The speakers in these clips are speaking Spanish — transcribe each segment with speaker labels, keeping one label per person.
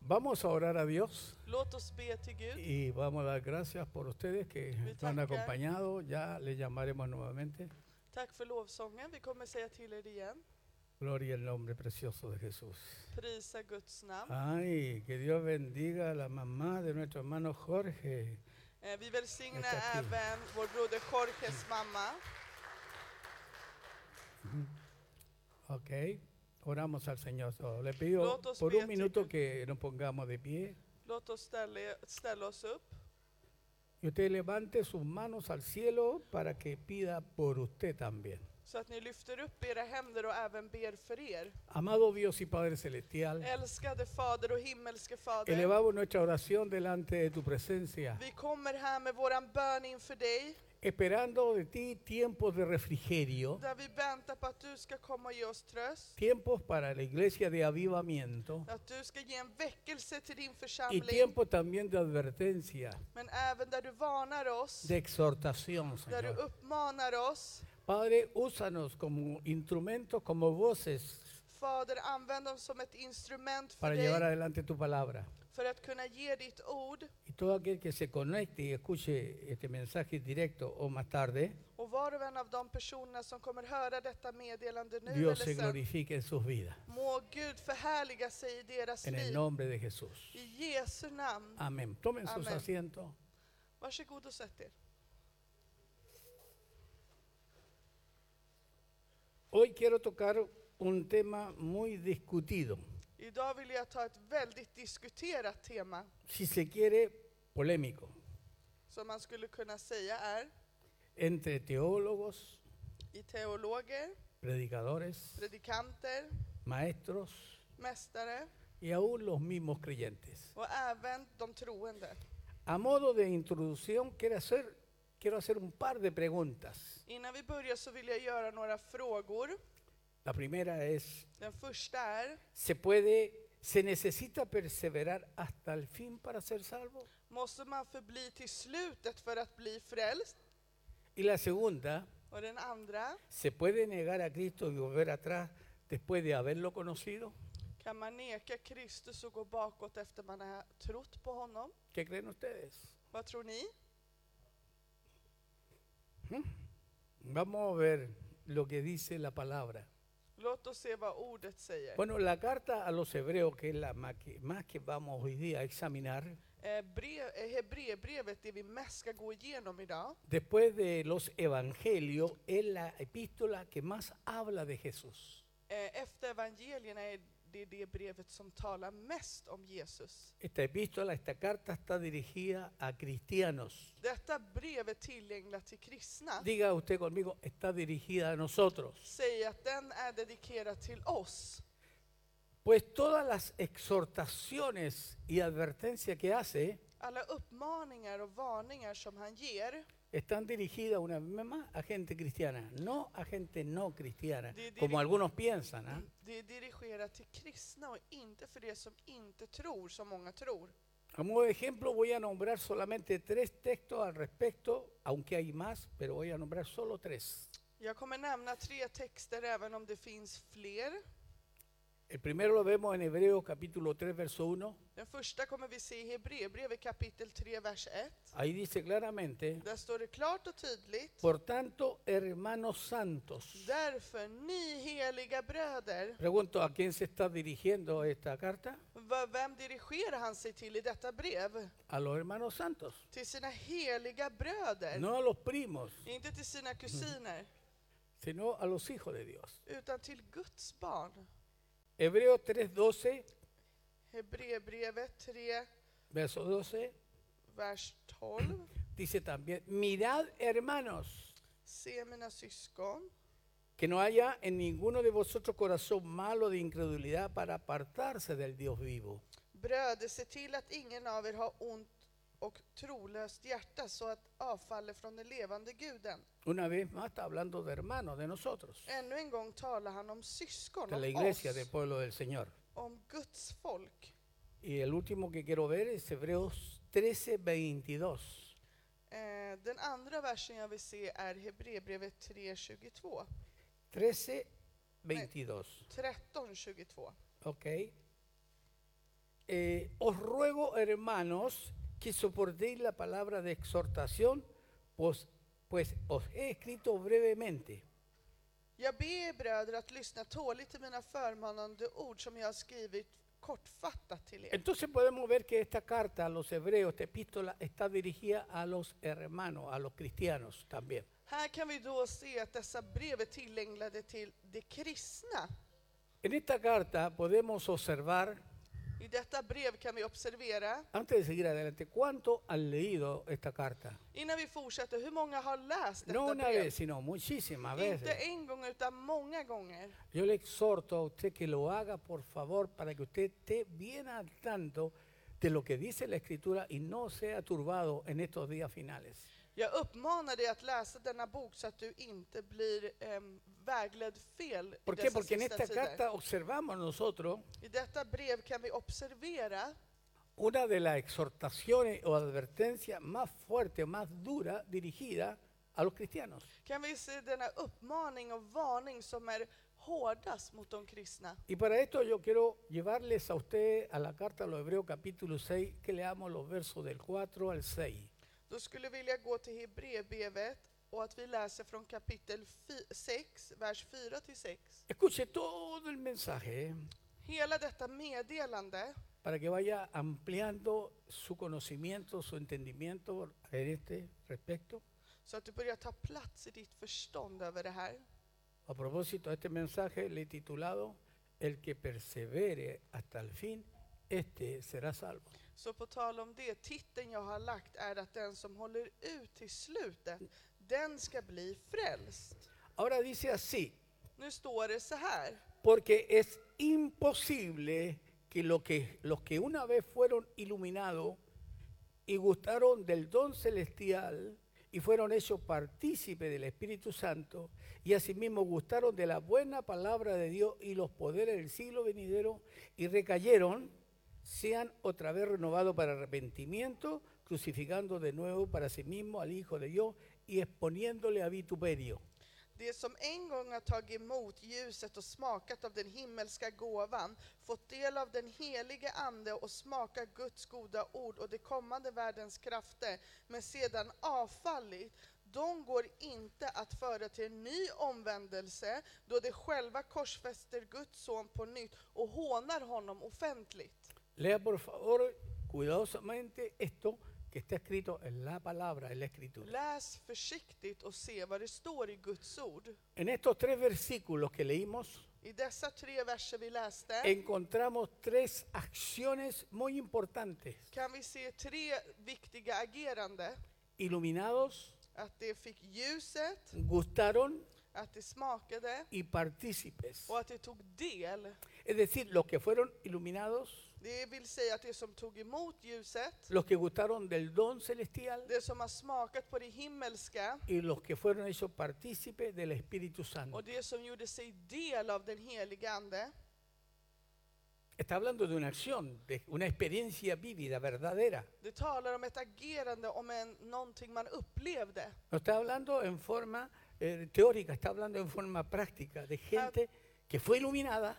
Speaker 1: Vamos a orar a Dios
Speaker 2: Låt oss be till Gud.
Speaker 1: y vamos a dar gracias por ustedes que nos han acompañado. Ya le llamaremos nuevamente.
Speaker 2: Tack för lovsången. Vi kommer säga till er igen.
Speaker 1: Gloria al nombre precioso de Jesús.
Speaker 2: Prisa Guds namn.
Speaker 1: Ay, que Dios bendiga a la mamá de nuestro hermano Jorge.
Speaker 2: Eh, Vi välsignar
Speaker 1: Tack, Gud.
Speaker 2: även vår broder Jorges mamma.
Speaker 1: Ok, oramos al Señor. So, Le pido
Speaker 2: Lotos
Speaker 1: por un
Speaker 2: Beatriz.
Speaker 1: minuto que nos pongamos de pie
Speaker 2: Låt oss ställa, er- ställa oss upp.
Speaker 1: y usted levante sus manos al cielo para que pida por usted también.
Speaker 2: Så att ni lyfter upp era händer och även ber för er.
Speaker 1: Amado Dios y Padre Celestial,
Speaker 2: Eh, Älskade Fader och himmelske Fader.
Speaker 1: elevamos nuestra oración delante de tu presencia,
Speaker 2: Vi kommer här med våran bön inför dig.
Speaker 1: esperando de ti tiempos de refrigerio,
Speaker 2: Där vi väntar på att du ska komma och ge oss tröst.
Speaker 1: tiempos para la iglesia de avivamiento
Speaker 2: Att du ska ge en väckelse till din
Speaker 1: y
Speaker 2: församling.
Speaker 1: tiempos también de advertencia,
Speaker 2: Men även där du varnar oss.
Speaker 1: de exhortación,
Speaker 2: Där du
Speaker 1: Señor.
Speaker 2: uppmanar oss.
Speaker 1: Padre, úsanos como instrumentos, como voces
Speaker 2: Fader, använd dem som ett instrument för
Speaker 1: para llevar
Speaker 2: dig.
Speaker 1: adelante tu palabra.
Speaker 2: För att kunna ge ditt ord.
Speaker 1: Y todo aquel que se conecte y escuche este mensaje directo o más tarde,
Speaker 2: Och var och en av de personerna som kommer höra detta meddelande nu
Speaker 1: Dios se
Speaker 2: eller sen.
Speaker 1: glorifique en sus vidas.
Speaker 2: Må Gud förhärliga sig i deras
Speaker 1: En el
Speaker 2: liv.
Speaker 1: nombre de Jesús.
Speaker 2: I Jesu namn.
Speaker 1: Amén. Tomen sus
Speaker 2: Amén.
Speaker 1: asientos.
Speaker 2: Varsågod och sätt er.
Speaker 1: Hoy quiero tocar un tema muy discutido,
Speaker 2: Idag vill jag ta ett väldigt diskuterat tema.
Speaker 1: si se quiere, polémico,
Speaker 2: Som man skulle kunna säga är
Speaker 1: entre teólogos,
Speaker 2: i teologer,
Speaker 1: predicadores,
Speaker 2: predikanter,
Speaker 1: maestros
Speaker 2: mästare
Speaker 1: y aún los mismos creyentes.
Speaker 2: och även de troende.
Speaker 1: A modo de introducción, quiero hacer, quiero hacer un par de preguntas.
Speaker 2: Innan vi börjar så vill jag göra några frågor.
Speaker 1: La primera es,
Speaker 2: Den första är,
Speaker 1: ¿se puede, se necesita perseverar hasta el fin para ser salvo?
Speaker 2: måste man förbli till slutet för att bli frälst?
Speaker 1: Y la segunda,
Speaker 2: Och den andra,
Speaker 1: ¿se puede negar a Cristo y volver atrás después de haberlo conocido?
Speaker 2: kan man neka Kristus och gå bakåt efter man har trott på honom?
Speaker 1: ¿Qué creen ustedes?
Speaker 2: Vad tror ni?
Speaker 1: Vamos a ver lo que dice la palabra.
Speaker 2: Låt oss se vad ordet säger.
Speaker 1: Bueno, la carta a los hebreos, que es la más que, más que vamos hoy día a examinar,
Speaker 2: Eh, brev- eh, Hebreerbrevet, det vi mest ska gå igenom idag,
Speaker 1: después de los evangelios, es la epístola que más habla de Jesús.
Speaker 2: eh, efter evangelierna är det det brevet som talar mest om Jesus.
Speaker 1: Esta epístola, esta carta está dirigida a cristianos.
Speaker 2: Detta brev är tillgängligt till kristna.
Speaker 1: Diga usted conmigo, está dirigida a nosotros.
Speaker 2: Säg att den är dedikerad till oss.
Speaker 1: Pues todas las exhortaciones y advertencias que hace
Speaker 2: Alla uppmaningar och varningar som han ger,
Speaker 1: están dirigidas una vez más a gente cristiana, no a gente no cristiana,
Speaker 2: Di- diri-
Speaker 1: como algunos piensan. ¿ah?
Speaker 2: det är dirigerat till kristna och inte för det som inte tror, som många tror.
Speaker 1: Como ejemplo voy a nombrar solamente tres textos al respecto, aunque hay más, pero voy a nombrar solo tres.
Speaker 2: Jag kommer nämna tre texter även om det finns fler.
Speaker 1: El primero lo vemos en Hebreos capítulo 3, verso 1.
Speaker 2: Den första kommer vi se i Hebreerbrevet kapitel 3, vers 1.
Speaker 1: Ahí dice claramente,
Speaker 2: Där står det klart och tydligt.
Speaker 1: por tanto, hermanos santos.
Speaker 2: Därför, ni heliga bröder,
Speaker 1: Pregunto, ¿a quién se está dirigiendo esta carta?
Speaker 2: V- vem dirigerar han sig till i detta brev?
Speaker 1: A los hermanos santos,
Speaker 2: Till sina heliga bröder,
Speaker 1: no a los primos,
Speaker 2: inte till sina kusiner,
Speaker 1: sino a los hijos de Dios.
Speaker 2: utan till Guds barn.
Speaker 1: Hebreos 3, 12,
Speaker 2: Hebreerbrevet 3,
Speaker 1: verso 12,
Speaker 2: vers 12.
Speaker 1: dice también, mirad hermanos.
Speaker 2: Se mina syskon,
Speaker 1: Que no haya en ninguno de vosotros corazón malo de incredulidad para apartarse del Dios vivo.
Speaker 2: bröder, se till att ingen av er har ont och trolöst hjärta så att avfaller från den levande guden.
Speaker 1: Una vez más está hablando de hermanos, de nosotros,
Speaker 2: Ännu en gång talar han om syskon,
Speaker 1: de la
Speaker 2: om oss,
Speaker 1: iglesia, del pueblo del Señor.
Speaker 2: om Guds folk.
Speaker 1: Y el último que quiero ver es Hebreos 13, 22.
Speaker 2: Eh, den andra versen jag vill se är Hebreerbrevet 3.22.
Speaker 1: 13, 22.
Speaker 2: 13.22.
Speaker 1: Ok. Eh, os ruego, hermanos, que soportéis la palabra de exhortación, pues, pues os he escrito brevemente.
Speaker 2: Jag ber er bröder att lyssna tåligt till mina förmanande ord som jag har skrivit kortfattat till er.
Speaker 1: Entonces podemos ver que esta carta a los hebreos, esta epístola, está dirigida a los hermanos, a los cristianos también.
Speaker 2: Här kan vi då se att dessa brev är tillägnade till de kristna.
Speaker 1: En esta carta podemos observar,
Speaker 2: I detta brev kan vi observera,
Speaker 1: antes de seguir adelante, cuánto han leído esta carta.
Speaker 2: innan vi fortsätter, hur många har läst
Speaker 1: No
Speaker 2: detta
Speaker 1: una vez,
Speaker 2: brev?
Speaker 1: sino muchísimas
Speaker 2: Inte
Speaker 1: veces.
Speaker 2: en gång utan många gånger.
Speaker 1: Yo le exhorto a usted que lo haga, por favor, para que usted esté bien al tanto de lo que dice la Escritura y no sea turbado en estos días finales.
Speaker 2: Jag uppmanar dig att läsa denna bok så att du inte blir ehm, vägledd fel i
Speaker 1: ¿Por qué?
Speaker 2: dessa
Speaker 1: Porque en
Speaker 2: sista
Speaker 1: esta
Speaker 2: tider.
Speaker 1: carta observamos nosotros
Speaker 2: I detta brev kan vi observera
Speaker 1: una de las exhortaciones o advertencias más fuerte, más dura, dirigida a los cristianos.
Speaker 2: kan vi se denna uppmaning och varning som är hårdast mot de kristna.
Speaker 1: Y para esto yo quiero llevarles a ustedes a la carta a los Hebreos capítulo 6, que leamos los versos del 4 al 6.
Speaker 2: Då skulle jag vilja gå till Hebreerbrevet och att vi läser från kapitel 6, vers 4 till 6.
Speaker 1: Escuche todo el mensaje eh,
Speaker 2: Hela detta meddelande
Speaker 1: para que vaya ampliando su conocimiento, su entendimiento en este respecto.
Speaker 2: så att du börjar ta plats i ditt förstånd över det här.
Speaker 1: A propósito, a este mensaje le he titulado El que persevere hasta el fin, este será salvo.
Speaker 2: Så på tal om det, titeln jag har lagt är att den som håller ut till slutet, den ska bli frälst.
Speaker 1: Ahora dice así,
Speaker 2: Nu står det så här.
Speaker 1: Porque es imposible que, lo que los que una vez fueron iluminados y gustaron del don celestial y fueron hechos partícipes del Espíritu Santo y asimismo gustaron de la buena palabra de Dios y los poderes del siglo venidero y recayeron, sean otra vez renovados para arrepentimiento, crucificando de nuevo para sí mismo al Hijo de Dios y exponiéndole a vituperio.
Speaker 2: Det som en gång har tagit emot ljuset och smakat av den himmelska gåvan, fått del av den helige Ande och smakat Guds goda ord och det kommande världens krafter, men sedan avfallit, de går inte att föra till en ny omvändelse, då de själva korsfäster Guds son på nytt och hånar honom offentligt.
Speaker 1: Lea por favor cuidadosamente esto que está escrito en la palabra, en la escritura.
Speaker 2: Läs försiktigt och se vad det står i Guds ord.
Speaker 1: En estos tres versículos que leímos
Speaker 2: I dessa tre verser vi läste,
Speaker 1: encontramos tres acciones muy importantes.
Speaker 2: kan vi se tre viktiga agerande.
Speaker 1: Iluminados,
Speaker 2: Att det fick ljuset,
Speaker 1: gustaron
Speaker 2: att det smakade
Speaker 1: y partícipes.
Speaker 2: och att det tog del.
Speaker 1: Es decir, los que fueron iluminados,
Speaker 2: Det vill säga att det som tog emot ljuset,
Speaker 1: los que gustaron del don celestial
Speaker 2: det som har smakat på det himmelska
Speaker 1: y los que fueron hechos partícipes del Espíritu Santo.
Speaker 2: och det som gjorde sig del av den heliga Ande.
Speaker 1: Está hablando de una acción, de una experiencia vívida, verdadera.
Speaker 2: Det talar om ett agerande, om en, någonting man upplevde.
Speaker 1: No está hablando en forma eh, teórica, está hablando en forma práctica de gente que fue iluminada,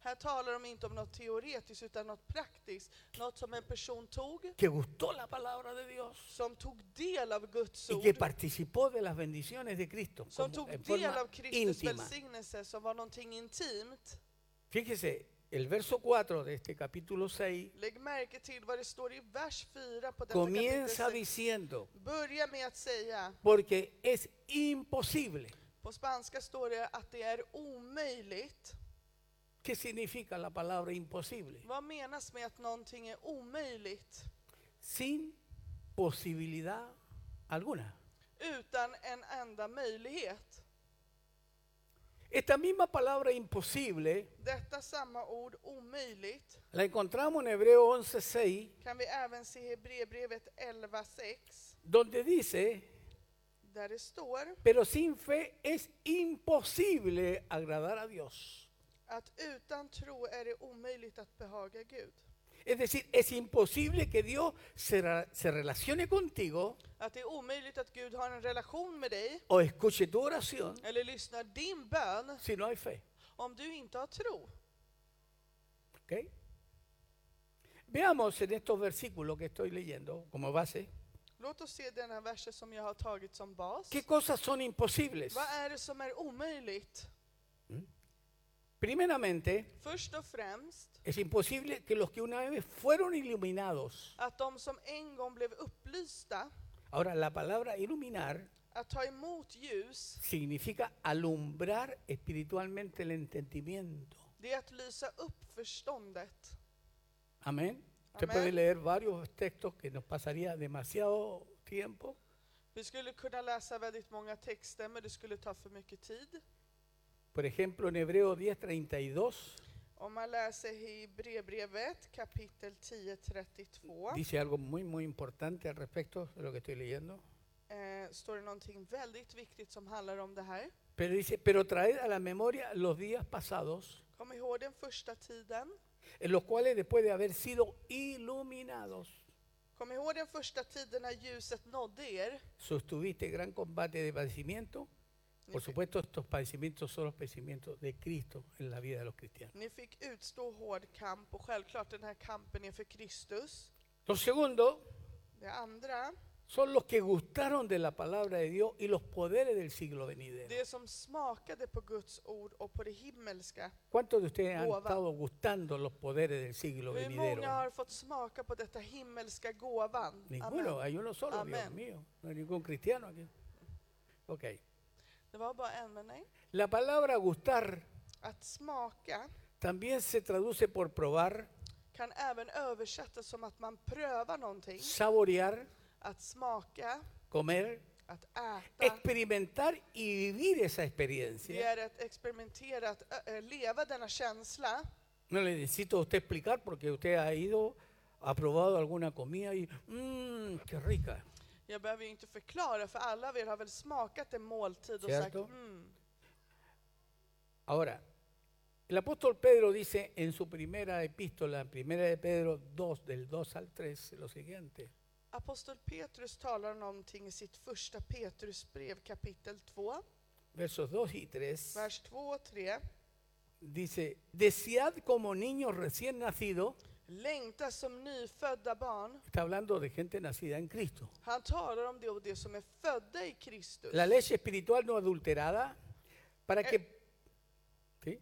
Speaker 2: Här talar de inte om något teoretiskt utan något praktiskt. Något som en person tog,
Speaker 1: que gustó la palabra de Dios
Speaker 2: som tog del av Guds
Speaker 1: y que
Speaker 2: ord.
Speaker 1: participó de las bendiciones de Cristo
Speaker 2: Som
Speaker 1: como
Speaker 2: tog
Speaker 1: en
Speaker 2: del
Speaker 1: forma
Speaker 2: av Kristus
Speaker 1: íntima.
Speaker 2: välsignelse som var någonting intimt.
Speaker 1: Fíjese, el verso 4 de este capítulo 6
Speaker 2: Lägg märke till vad det står i vers 4 på detta kapitel
Speaker 1: comienza
Speaker 2: sex.
Speaker 1: diciendo,
Speaker 2: Börja med att säga,
Speaker 1: porque es imposible.
Speaker 2: på spanska står det att det är omöjligt.
Speaker 1: ¿Qué significa la palabra imposible?
Speaker 2: Vad menas med att någonting är omöjligt?
Speaker 1: Sin posibilidad alguna.
Speaker 2: Utan en enda möjlighet.
Speaker 1: Esta misma palabra imposible
Speaker 2: Detta samma ord, omöjligt,
Speaker 1: la encontramos en Hebreo 11:6
Speaker 2: kan vi även se i Hebreerbrevet 11.6,
Speaker 1: donde dice,
Speaker 2: där det står
Speaker 1: pero sin fe es imposible agradar a Dios.
Speaker 2: att utan tro är det omöjligt att behaga Gud.
Speaker 1: Es decir, es imposible que Dios se, ra- se relacione contigo
Speaker 2: Att det är omöjligt att Gud har en relation med dig,
Speaker 1: o escuche tu oración
Speaker 2: eller lyssnar din bön,
Speaker 1: si no hay fe.
Speaker 2: om du inte har tro.
Speaker 1: ¿ok? Veamos en estos versículos que estoy leyendo como base,
Speaker 2: Låt oss se denna versen som jag har tagit som bas.
Speaker 1: qué cosas son imposibles.
Speaker 2: Vad är det som är omöjligt?
Speaker 1: Primeramente,
Speaker 2: Först och främst
Speaker 1: es imposible que los que una vez fueron iluminados,
Speaker 2: att de som en gång blev upplysta
Speaker 1: ahora la palabra iluminar
Speaker 2: att ta emot ljus,
Speaker 1: significa alumbrar espiritualmente el entendimiento.
Speaker 2: det är att lysa upp förståndet.
Speaker 1: Amén. Usted
Speaker 2: Amén.
Speaker 1: puede leer varios textos que nos pasaría demasiado tiempo.
Speaker 2: Vi skulle kunna läsa väldigt många texter, men det skulle ta för mycket tid.
Speaker 1: Por ejemplo, en Hebreo 10:32
Speaker 2: Om man läser i brevbrevet kapitel 10.32
Speaker 1: dice algo muy, muy importante al respecto de lo que estoy leyendo.
Speaker 2: eh, står det någonting väldigt viktigt som handlar om det här.
Speaker 1: Pero dice, pero traed a la memoria los días pasados,
Speaker 2: Kom ihåg den första tiden.
Speaker 1: en los cuales después de haber sido iluminados,
Speaker 2: Kom ihåg den första tiden när ljuset nådde er.
Speaker 1: sostuviste gran combate de padecimiento. Por supuesto, estos padecimientos son los padecimientos de Cristo en la vida de los cristianos.
Speaker 2: Ni fick utstå hård kamp och självklart den här kampen är för Kristus.
Speaker 1: Lo segundo
Speaker 2: Det andra,
Speaker 1: son los que gustaron de la palabra de Dios y los poderes del siglo venidero.
Speaker 2: det som smakade på Guds ord och på det himmelska.
Speaker 1: ¿Cuántos de ustedes han
Speaker 2: Guava.
Speaker 1: estado gustando los poderes del siglo
Speaker 2: Hur många
Speaker 1: venidero?
Speaker 2: har fått smaka på detta himmelska gåvan?
Speaker 1: Ninguno,
Speaker 2: Amen.
Speaker 1: hay uno solo, Dios
Speaker 2: Amén.
Speaker 1: mío. No hay ningún cristiano aquí. Ok.
Speaker 2: Det var bara en med nej.
Speaker 1: La palabra gustar
Speaker 2: Att smaka
Speaker 1: también se traduce por probar,
Speaker 2: kan även översättas som att man prövar någonting.
Speaker 1: saborear,
Speaker 2: Att smaka,
Speaker 1: comer,
Speaker 2: att äta.
Speaker 1: experimentar y vivir esa
Speaker 2: Det
Speaker 1: experiencia.
Speaker 2: är att experimentera, att ö- ö, leva denna känsla.
Speaker 1: No le necesito a usted explicar porque usted ha ido, ha probado alguna comida y mmm, qué rica.
Speaker 2: Jag behöver ju inte förklara, för alla av er har väl smakat en måltid och sagt
Speaker 1: Cierto.
Speaker 2: mm.
Speaker 1: Ahora, el apóstol Pedro dice en su primera epístola, en primera de Pedro 2, del 2 al 3, lo siguiente.
Speaker 2: Apostel Petrus talar om någonting i sitt första Petrusbrev kapitel 2,
Speaker 1: Versos 2 y 3
Speaker 2: vers 2 och 3.
Speaker 1: dice, desead como niños recién nacidos,
Speaker 2: Längta som nyfödda barn.
Speaker 1: está hablando de gente nacida en Cristo.
Speaker 2: Han talar om det och det som är födda i Kristus.
Speaker 1: La ley espiritual no adulterada, para que, ¿sí?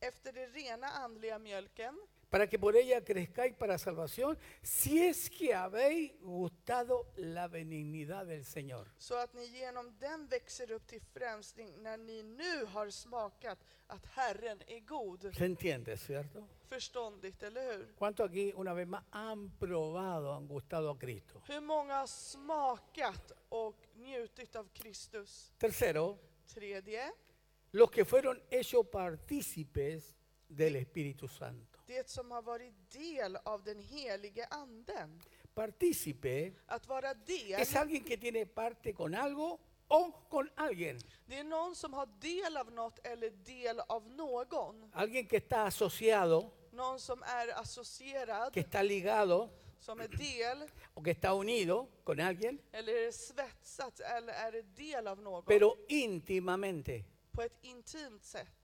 Speaker 2: Efter det rena andliga mjölken.
Speaker 1: para que por ella crezcáis para salvación, si es que habéis gustado la benignidad del Señor.
Speaker 2: Så att ni genom den växer upp till frälsning när ni nu har smakat att Herren är god.
Speaker 1: ¿Se entiende, cierto?
Speaker 2: Förståndigt, eller hur?
Speaker 1: ¿Cuánto aquí, una vez más, han probado, han gustado a Cristo?
Speaker 2: Hur många har smakat och njutit av Kristus?
Speaker 1: Tercero,
Speaker 2: Tredje,
Speaker 1: los que fueron hechos partícipes del Espíritu Santo.
Speaker 2: det som har varit del av den helige anden.
Speaker 1: Partícipe
Speaker 2: Att vara del,
Speaker 1: es alguien que tiene parte con algo o con alguien.
Speaker 2: det är någon som har del av något eller del av någon.
Speaker 1: Alguien que está asociado,
Speaker 2: Någon som är associerad,
Speaker 1: que está ligado
Speaker 2: som är del,
Speaker 1: o que está unido con alguien,
Speaker 2: eller är det svetsat eller är det del av någon.
Speaker 1: pero íntimamente.
Speaker 2: På ett intimt sätt.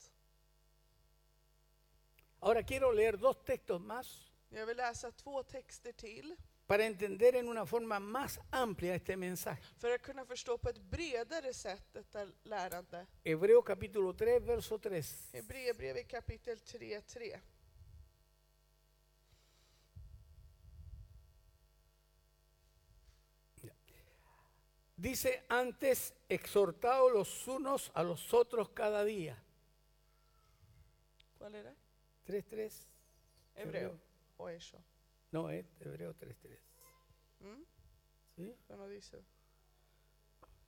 Speaker 1: Ahora quiero leer dos textos más
Speaker 2: Jag vill läsa två texter till
Speaker 1: para entender en una forma más amplia este mensaje.
Speaker 2: för att kunna förstå på ett bredare sätt detta lärande.
Speaker 1: Hebreos capítulo 3, verso 3.
Speaker 2: Hebreerbrevet kapitel 3.3.
Speaker 1: Dice antes, exhortados los unos a los otros cada día.
Speaker 2: Vad är det?
Speaker 1: 3.3.
Speaker 2: Hebreo. Oj, så.
Speaker 1: No, es Hebreo 3.3.
Speaker 2: Mm?
Speaker 1: ¿Sí?
Speaker 2: Vem har visat?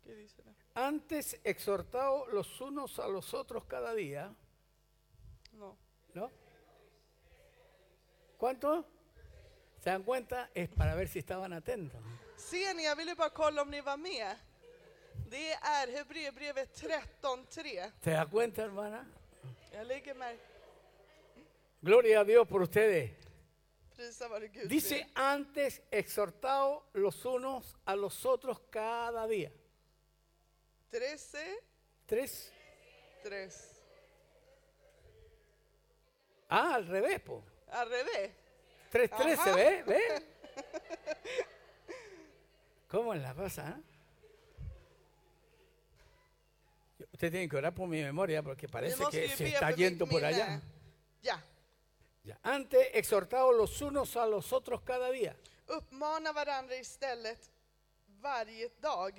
Speaker 2: Gud visar det.
Speaker 1: Antes, exhortados los unos a los otros cada día.
Speaker 2: No.
Speaker 1: ¿No? ¿Cuánto? ¿Se dan cuenta? Es para ver si estaban atentos.
Speaker 2: Ser ni, jag ville bara kolla om ni var med. Det är Hebreerbrevet 13.3.
Speaker 1: ¿Se da cuenta, hermana?
Speaker 2: Jag lägger märke...
Speaker 1: Gloria a Dios por ustedes.
Speaker 2: Prisa vare Gud. för
Speaker 1: Dice
Speaker 2: er.
Speaker 1: antes, exhortados los unos a los otros cada día.
Speaker 2: Trece,
Speaker 1: ¿Tres?
Speaker 2: tres.
Speaker 1: Ah, al revés, po.
Speaker 2: Al revés.
Speaker 1: 3.13, ¿ve? ¿Ve? ¿Cómo la pasa? ah? eh? Usted tiene que orar por mi memoria porque
Speaker 2: Ni
Speaker 1: parece
Speaker 2: måste
Speaker 1: que
Speaker 2: ju
Speaker 1: se
Speaker 2: be
Speaker 1: está
Speaker 2: för
Speaker 1: yendo
Speaker 2: mitt
Speaker 1: por
Speaker 2: minne.
Speaker 1: allá.
Speaker 2: Ja.
Speaker 1: Ya. Antes, exhortados los unos a los otros cada día.
Speaker 2: Uppmana varandra istället varje dag.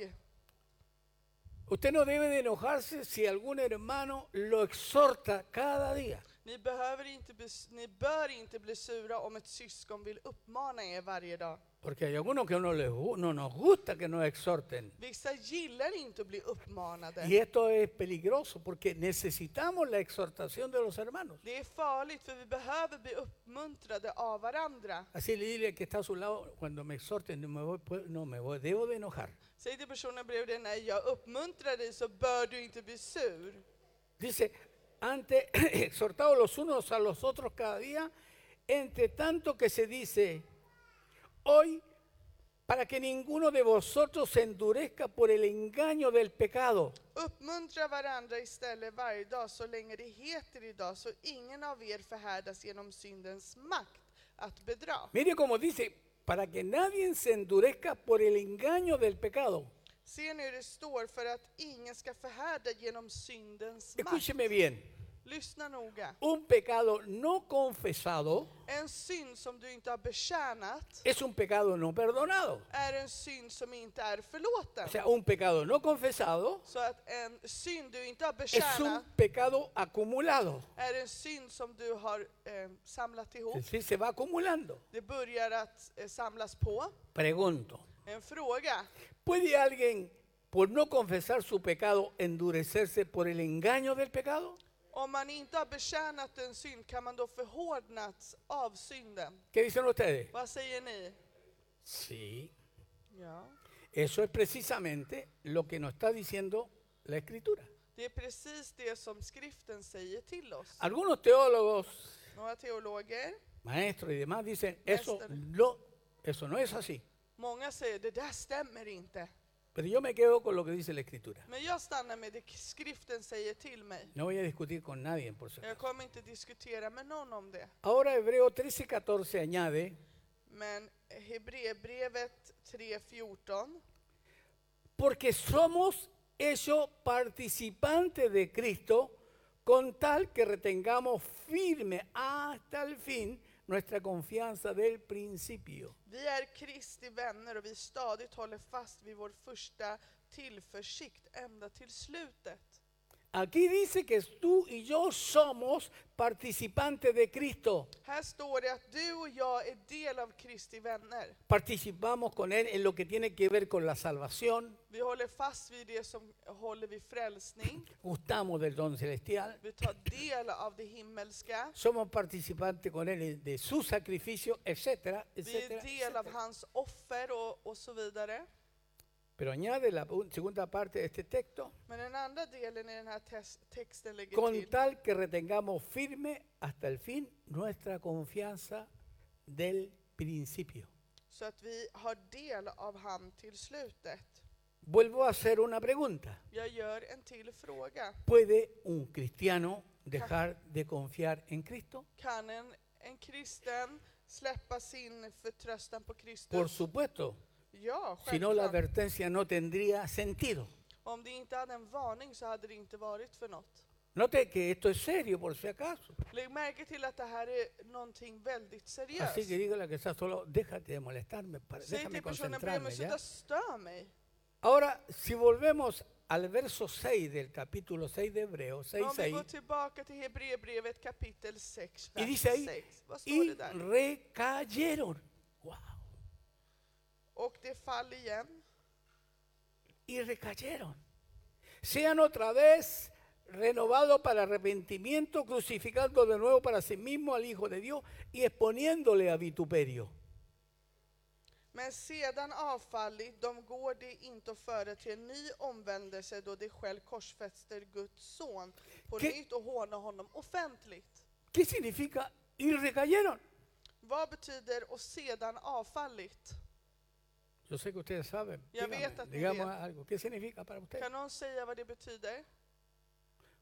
Speaker 1: Usted no debe de enojarse si algún hermano lo exhorta cada día.
Speaker 2: Ni, behöver inte bli, ni bör inte bli sura om ett syskon vill uppmana er varje dag.
Speaker 1: Porque hay algunos que no, les, gu- no nos gusta que nos exhorten.
Speaker 2: Vissa gillar inte att bli uppmanade.
Speaker 1: Y esto es peligroso porque necesitamos la exhortación de los hermanos.
Speaker 2: Det är farligt för vi behöver bli uppmuntrade av varandra.
Speaker 1: Así le dile al que está a su lado, cuando me exhorten, no me voy, pues, no me voy, debo de enojar.
Speaker 2: Säg till personen bredvid dig, när jag uppmuntrar dig så bör du inte bli sur.
Speaker 1: Dice, antes exhortados los unos a los otros cada día, entre tanto que se dice, hoy, para que ninguno de vosotros se endurezca por el engaño del pecado.
Speaker 2: Uppmuntra varandra istället varje dag så länge det heter idag så ingen av er förhärdas genom syndens makt att bedra.
Speaker 1: Mire cómo dice, para que nadie se endurezca por el engaño del pecado.
Speaker 2: Se nu hur det står för att ingen ska förhärda genom syndens makt.
Speaker 1: Escúcheme bien,
Speaker 2: Lyssna noga.
Speaker 1: un pecado no confesado
Speaker 2: En synd som du inte har betjänat
Speaker 1: es un pecado no perdonado.
Speaker 2: är en synd som inte är
Speaker 1: O
Speaker 2: förlåten.
Speaker 1: sea, un pecado no confesado
Speaker 2: Så att en synd du inte har
Speaker 1: es
Speaker 2: betjänat
Speaker 1: un pecado acumulado.
Speaker 2: är en synd som du har eh, samlat ihop.
Speaker 1: Es decir, se va acumulando.
Speaker 2: Det börjar att eh, samlas på.
Speaker 1: Pregunto,
Speaker 2: En fråga.
Speaker 1: ¿puede alguien por no confesar su pecado endurecerse por el engaño del pecado?
Speaker 2: Om man inte har betjänat en synd, kan man då förhårdnats av synden?
Speaker 1: ¿Qué dicen ustedes?
Speaker 2: Vad säger ni?
Speaker 1: Sí.
Speaker 2: Ja.
Speaker 1: Eso es precisamente lo que nos está diciendo la escritura.
Speaker 2: Det är precis det som skriften säger till oss.
Speaker 1: Algunos teólogos,
Speaker 2: Några teologer,
Speaker 1: maestros y demás dicen, eso
Speaker 2: Maestro.
Speaker 1: no, eso no es así.
Speaker 2: många säger det där stämmer inte.
Speaker 1: Pero yo me quedo con lo que dice la escritura.
Speaker 2: Men jag stannar med det skriften säger till mig.
Speaker 1: No voy a discutir con nadie, por supuesto.
Speaker 2: Jag kommer inte diskutera med någon om det.
Speaker 1: Ahora Hebreo 13:14 añade,
Speaker 2: Men Hebreerbrevet 3.14
Speaker 1: porque somos ellos participantes de Cristo, con tal que retengamos firme hasta el fin nuestra confianza del principio.
Speaker 2: Vi är Kristi vänner och vi stadigt håller fast vid vår första tillförsikt ända till slutet.
Speaker 1: Aquí dice que tú y yo somos participantes de Cristo.
Speaker 2: Här står det att du och jag är del av Kristi vänner.
Speaker 1: Participamos con Él en lo que tiene que ver con la salvación,
Speaker 2: Vi håller fast vid det som håller vid frälsning.
Speaker 1: gustamos del don celestial,
Speaker 2: Vi tar del av det himmelska.
Speaker 1: somos participantes con Él de su sacrificio, etcétera,
Speaker 2: Vi
Speaker 1: etcétera.
Speaker 2: är del av hans offer och, och så vidare.
Speaker 1: Pero añade la un- segunda parte de este texto,
Speaker 2: Men den andra delen i den här tes- texten lägger
Speaker 1: con
Speaker 2: till.
Speaker 1: tal que retengamos firme hasta el fin nuestra confianza del principio.
Speaker 2: Så att vi har del av han till slutet.
Speaker 1: Vuelvo a hacer una pregunta.
Speaker 2: Jag gör en till fråga.
Speaker 1: ¿Puede un cristiano dejar de confiar en Cristo?
Speaker 2: Kan en, en kristen släppa sin förtröstan på
Speaker 1: Por
Speaker 2: Kristus?
Speaker 1: supuesto,
Speaker 2: Ja,
Speaker 1: si no la
Speaker 2: självklart.
Speaker 1: advertencia no tendría sentido.
Speaker 2: Om det inte hade en varning så hade det inte varit för något.
Speaker 1: Note que esto es serio por si acaso.
Speaker 2: Lägg märke till att det här är någonting väldigt
Speaker 1: Así que
Speaker 2: seriöst.
Speaker 1: dígale a que está solo, déjate de molestarme, para-
Speaker 2: Säg
Speaker 1: déjame
Speaker 2: till personen bredvid
Speaker 1: concentrarme.
Speaker 2: mig,
Speaker 1: ¿ya?
Speaker 2: sluta stör mig.
Speaker 1: Ahora, si volvemos al verso 6 del capítulo 6 de Hebreo, 6,
Speaker 2: Om vi går tillbaka till Hebreerbrevet kapitel 6,
Speaker 1: y
Speaker 2: vers
Speaker 1: dice ahí,
Speaker 2: 6. Vad står
Speaker 1: y
Speaker 2: det där?
Speaker 1: recayeron. Wow.
Speaker 2: Och det fall igen.
Speaker 1: Y recayeron. Sean otra vez renovados para arrepentimiento, crucificando de nuevo para sí mismo al Hijo de Dios y exponiéndole a vituperio.
Speaker 2: Men sedan avfallit, de går det inte att föra till en ny omvändelse då de själv korsfäster Guds son på
Speaker 1: Ki-
Speaker 2: nytt och hånar honom offentligt.
Speaker 1: ¿Qué significa y recayeron?
Speaker 2: Vad betyder och sedan avfallit?
Speaker 1: Yo sé que ustedes saben.
Speaker 2: Ya
Speaker 1: Dígame,
Speaker 2: había esta
Speaker 1: digamos
Speaker 2: teoría.
Speaker 1: algo. ¿Qué significa para ustedes?
Speaker 2: Kan någon säga vad det betyder?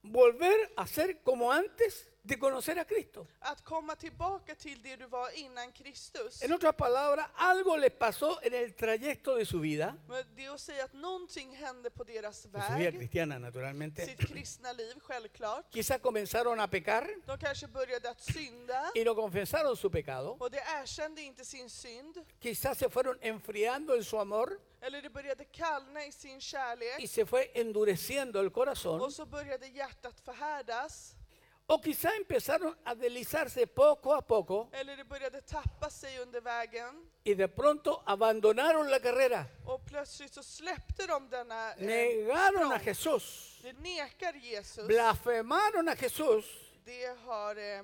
Speaker 1: Volver a ser como antes de conocer a Cristo.
Speaker 2: Att komma tillbaka till det du var innan Kristus.
Speaker 1: En otras palabras, algo les pasó en el trayecto de su vida,
Speaker 2: Men det är att säga att någonting hände på deras
Speaker 1: de su vida
Speaker 2: väg,
Speaker 1: cristiana naturalmente.
Speaker 2: sitt kristna liv självklart.
Speaker 1: Quizá comenzaron a pecar
Speaker 2: De kanske började att synda
Speaker 1: y no confesaron su pecado.
Speaker 2: och de erkände inte sin synd.
Speaker 1: Quizás se fueron enfriando en su amor
Speaker 2: Eller det började kallna i sin
Speaker 1: y
Speaker 2: kärlek
Speaker 1: se fue endureciendo el corazón.
Speaker 2: och så började hjärtat förhärdas.
Speaker 1: O quizá empezaron a deslizarse poco a poco
Speaker 2: Eller det började tappa sig under vägen
Speaker 1: y de pronto abandonaron la carrera,
Speaker 2: och plötsligt så släppte de denna... eh,
Speaker 1: negaron a
Speaker 2: språng.
Speaker 1: Jesús,
Speaker 2: De nekar Jesus.
Speaker 1: blasfemaron a Jesús
Speaker 2: Det har... eh,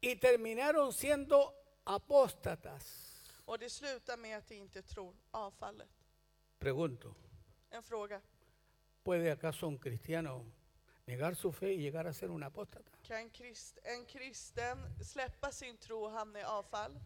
Speaker 1: y terminaron siendo apóstatas.
Speaker 2: Och det slutar med att de inte tror avfallet.
Speaker 1: Pregunto,
Speaker 2: En fråga.
Speaker 1: ¿puede acaso un cristiano negar su fe y llegar a ser un apóstata?
Speaker 2: Kan krist, en kristen släppa sin tro och hamna i avfall?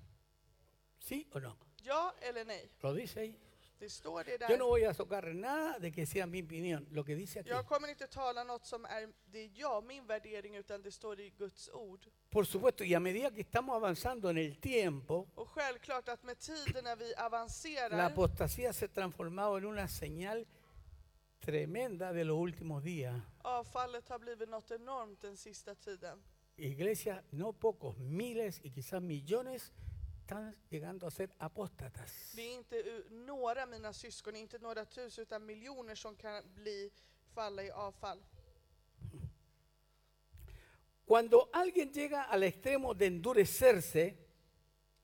Speaker 1: ¿Sí o no?
Speaker 2: Ja eller nej?
Speaker 1: Lo dice ahí.
Speaker 2: Det står det
Speaker 1: Yo no
Speaker 2: där.
Speaker 1: voy a tocar nada de que sea mi opinión, lo que dice aquí.
Speaker 2: Jag kommer inte tala något som är det är jag, min värdering, utan det står i Guds ord.
Speaker 1: Por supuesto, y a medida que estamos avanzando en el tiempo,
Speaker 2: Och självklart att med tiden när vi
Speaker 1: La
Speaker 2: avancerar
Speaker 1: apostasía se ha transformado en una señal tremenda de los últimos días.
Speaker 2: Avfallet har blivit något enormt den sista tiden.
Speaker 1: Iglesias, no pocos, miles y quizás millones están llegando a ser apóstatas.
Speaker 2: Det är inte u- några mina syskon, inte några tusen, utan miljoner som kan bli, falla i avfall.
Speaker 1: Cuando alguien llega al extremo de endurecerse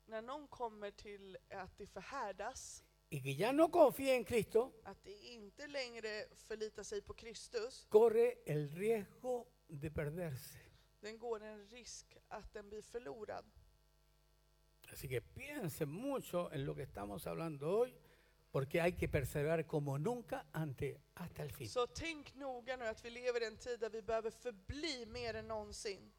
Speaker 2: När någon kommer till att det förhärdas,
Speaker 1: y que ya no confía en Cristo,
Speaker 2: att det inte längre förlitar sig på Kristus,
Speaker 1: corre el riesgo de perderse.
Speaker 2: den går en risk att den blir förlorad.
Speaker 1: Así que piensen mucho en lo que estamos hablando hoy, porque hay que perseverar como nunca ante hasta el fin.
Speaker 2: Så tänk noga nu att vi lever i en tid där vi behöver förbli mer än någonsin.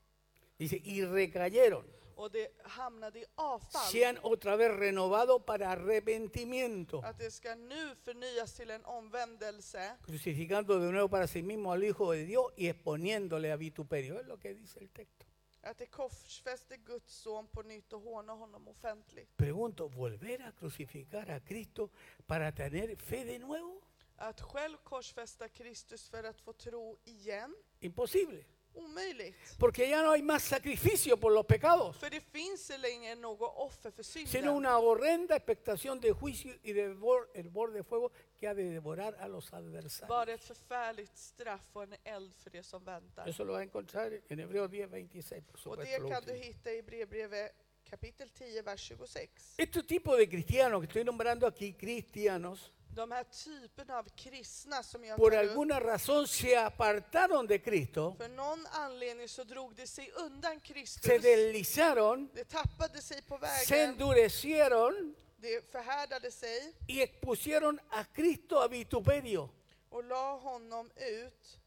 Speaker 1: Dice, y recayeron.
Speaker 2: Och det hamnade i avfall.
Speaker 1: sean otra vez renovados para arrepentimiento,
Speaker 2: Att det ska nu förnyas till en omvändelse.
Speaker 1: crucificando de nuevo para sí mismo al Hijo de Dios y exponiéndole a vituperio. Es lo que dice el texto.
Speaker 2: Att det korsfäster Guds son på nytt och håna honom offentligt.
Speaker 1: Pregunto, ¿volver a crucificar a Cristo para tener fe de nuevo?
Speaker 2: Att själv korsfästa Kristus för att få tro igen?
Speaker 1: Imposible,
Speaker 2: Omöjligt.
Speaker 1: porque ya no hay más sacrificio por los pecados,
Speaker 2: För det finns inte längre något offer för
Speaker 1: sino
Speaker 2: synden.
Speaker 1: una horrenda expectación de juicio y de bor- el borde de fuego que ha de devorar a los
Speaker 2: Bara
Speaker 1: adversarios.
Speaker 2: ett förfärligt straff och en eld för det som väntar.
Speaker 1: Eso lo va a encontrar en Hebreos 10, 26, por
Speaker 2: Och
Speaker 1: supuesto.
Speaker 2: det
Speaker 1: lo
Speaker 2: kan du
Speaker 1: último.
Speaker 2: hitta i brevbrevet kapitel 10, vers 26.
Speaker 1: Este tipo de cristianos que estoy nombrando aquí, cristianos,
Speaker 2: De här typen av kristna som jag
Speaker 1: por
Speaker 2: tar upp,
Speaker 1: alguna razón se apartaron de Cristo,
Speaker 2: för någon anledning så drog de sig undan
Speaker 1: se
Speaker 2: Kristus.
Speaker 1: deslizaron,
Speaker 2: Det tappade sig på
Speaker 1: se
Speaker 2: vägen.
Speaker 1: endurecieron
Speaker 2: Det förhärdade sig
Speaker 1: y expusieron a Cristo a vituperio.
Speaker 2: och la honom ut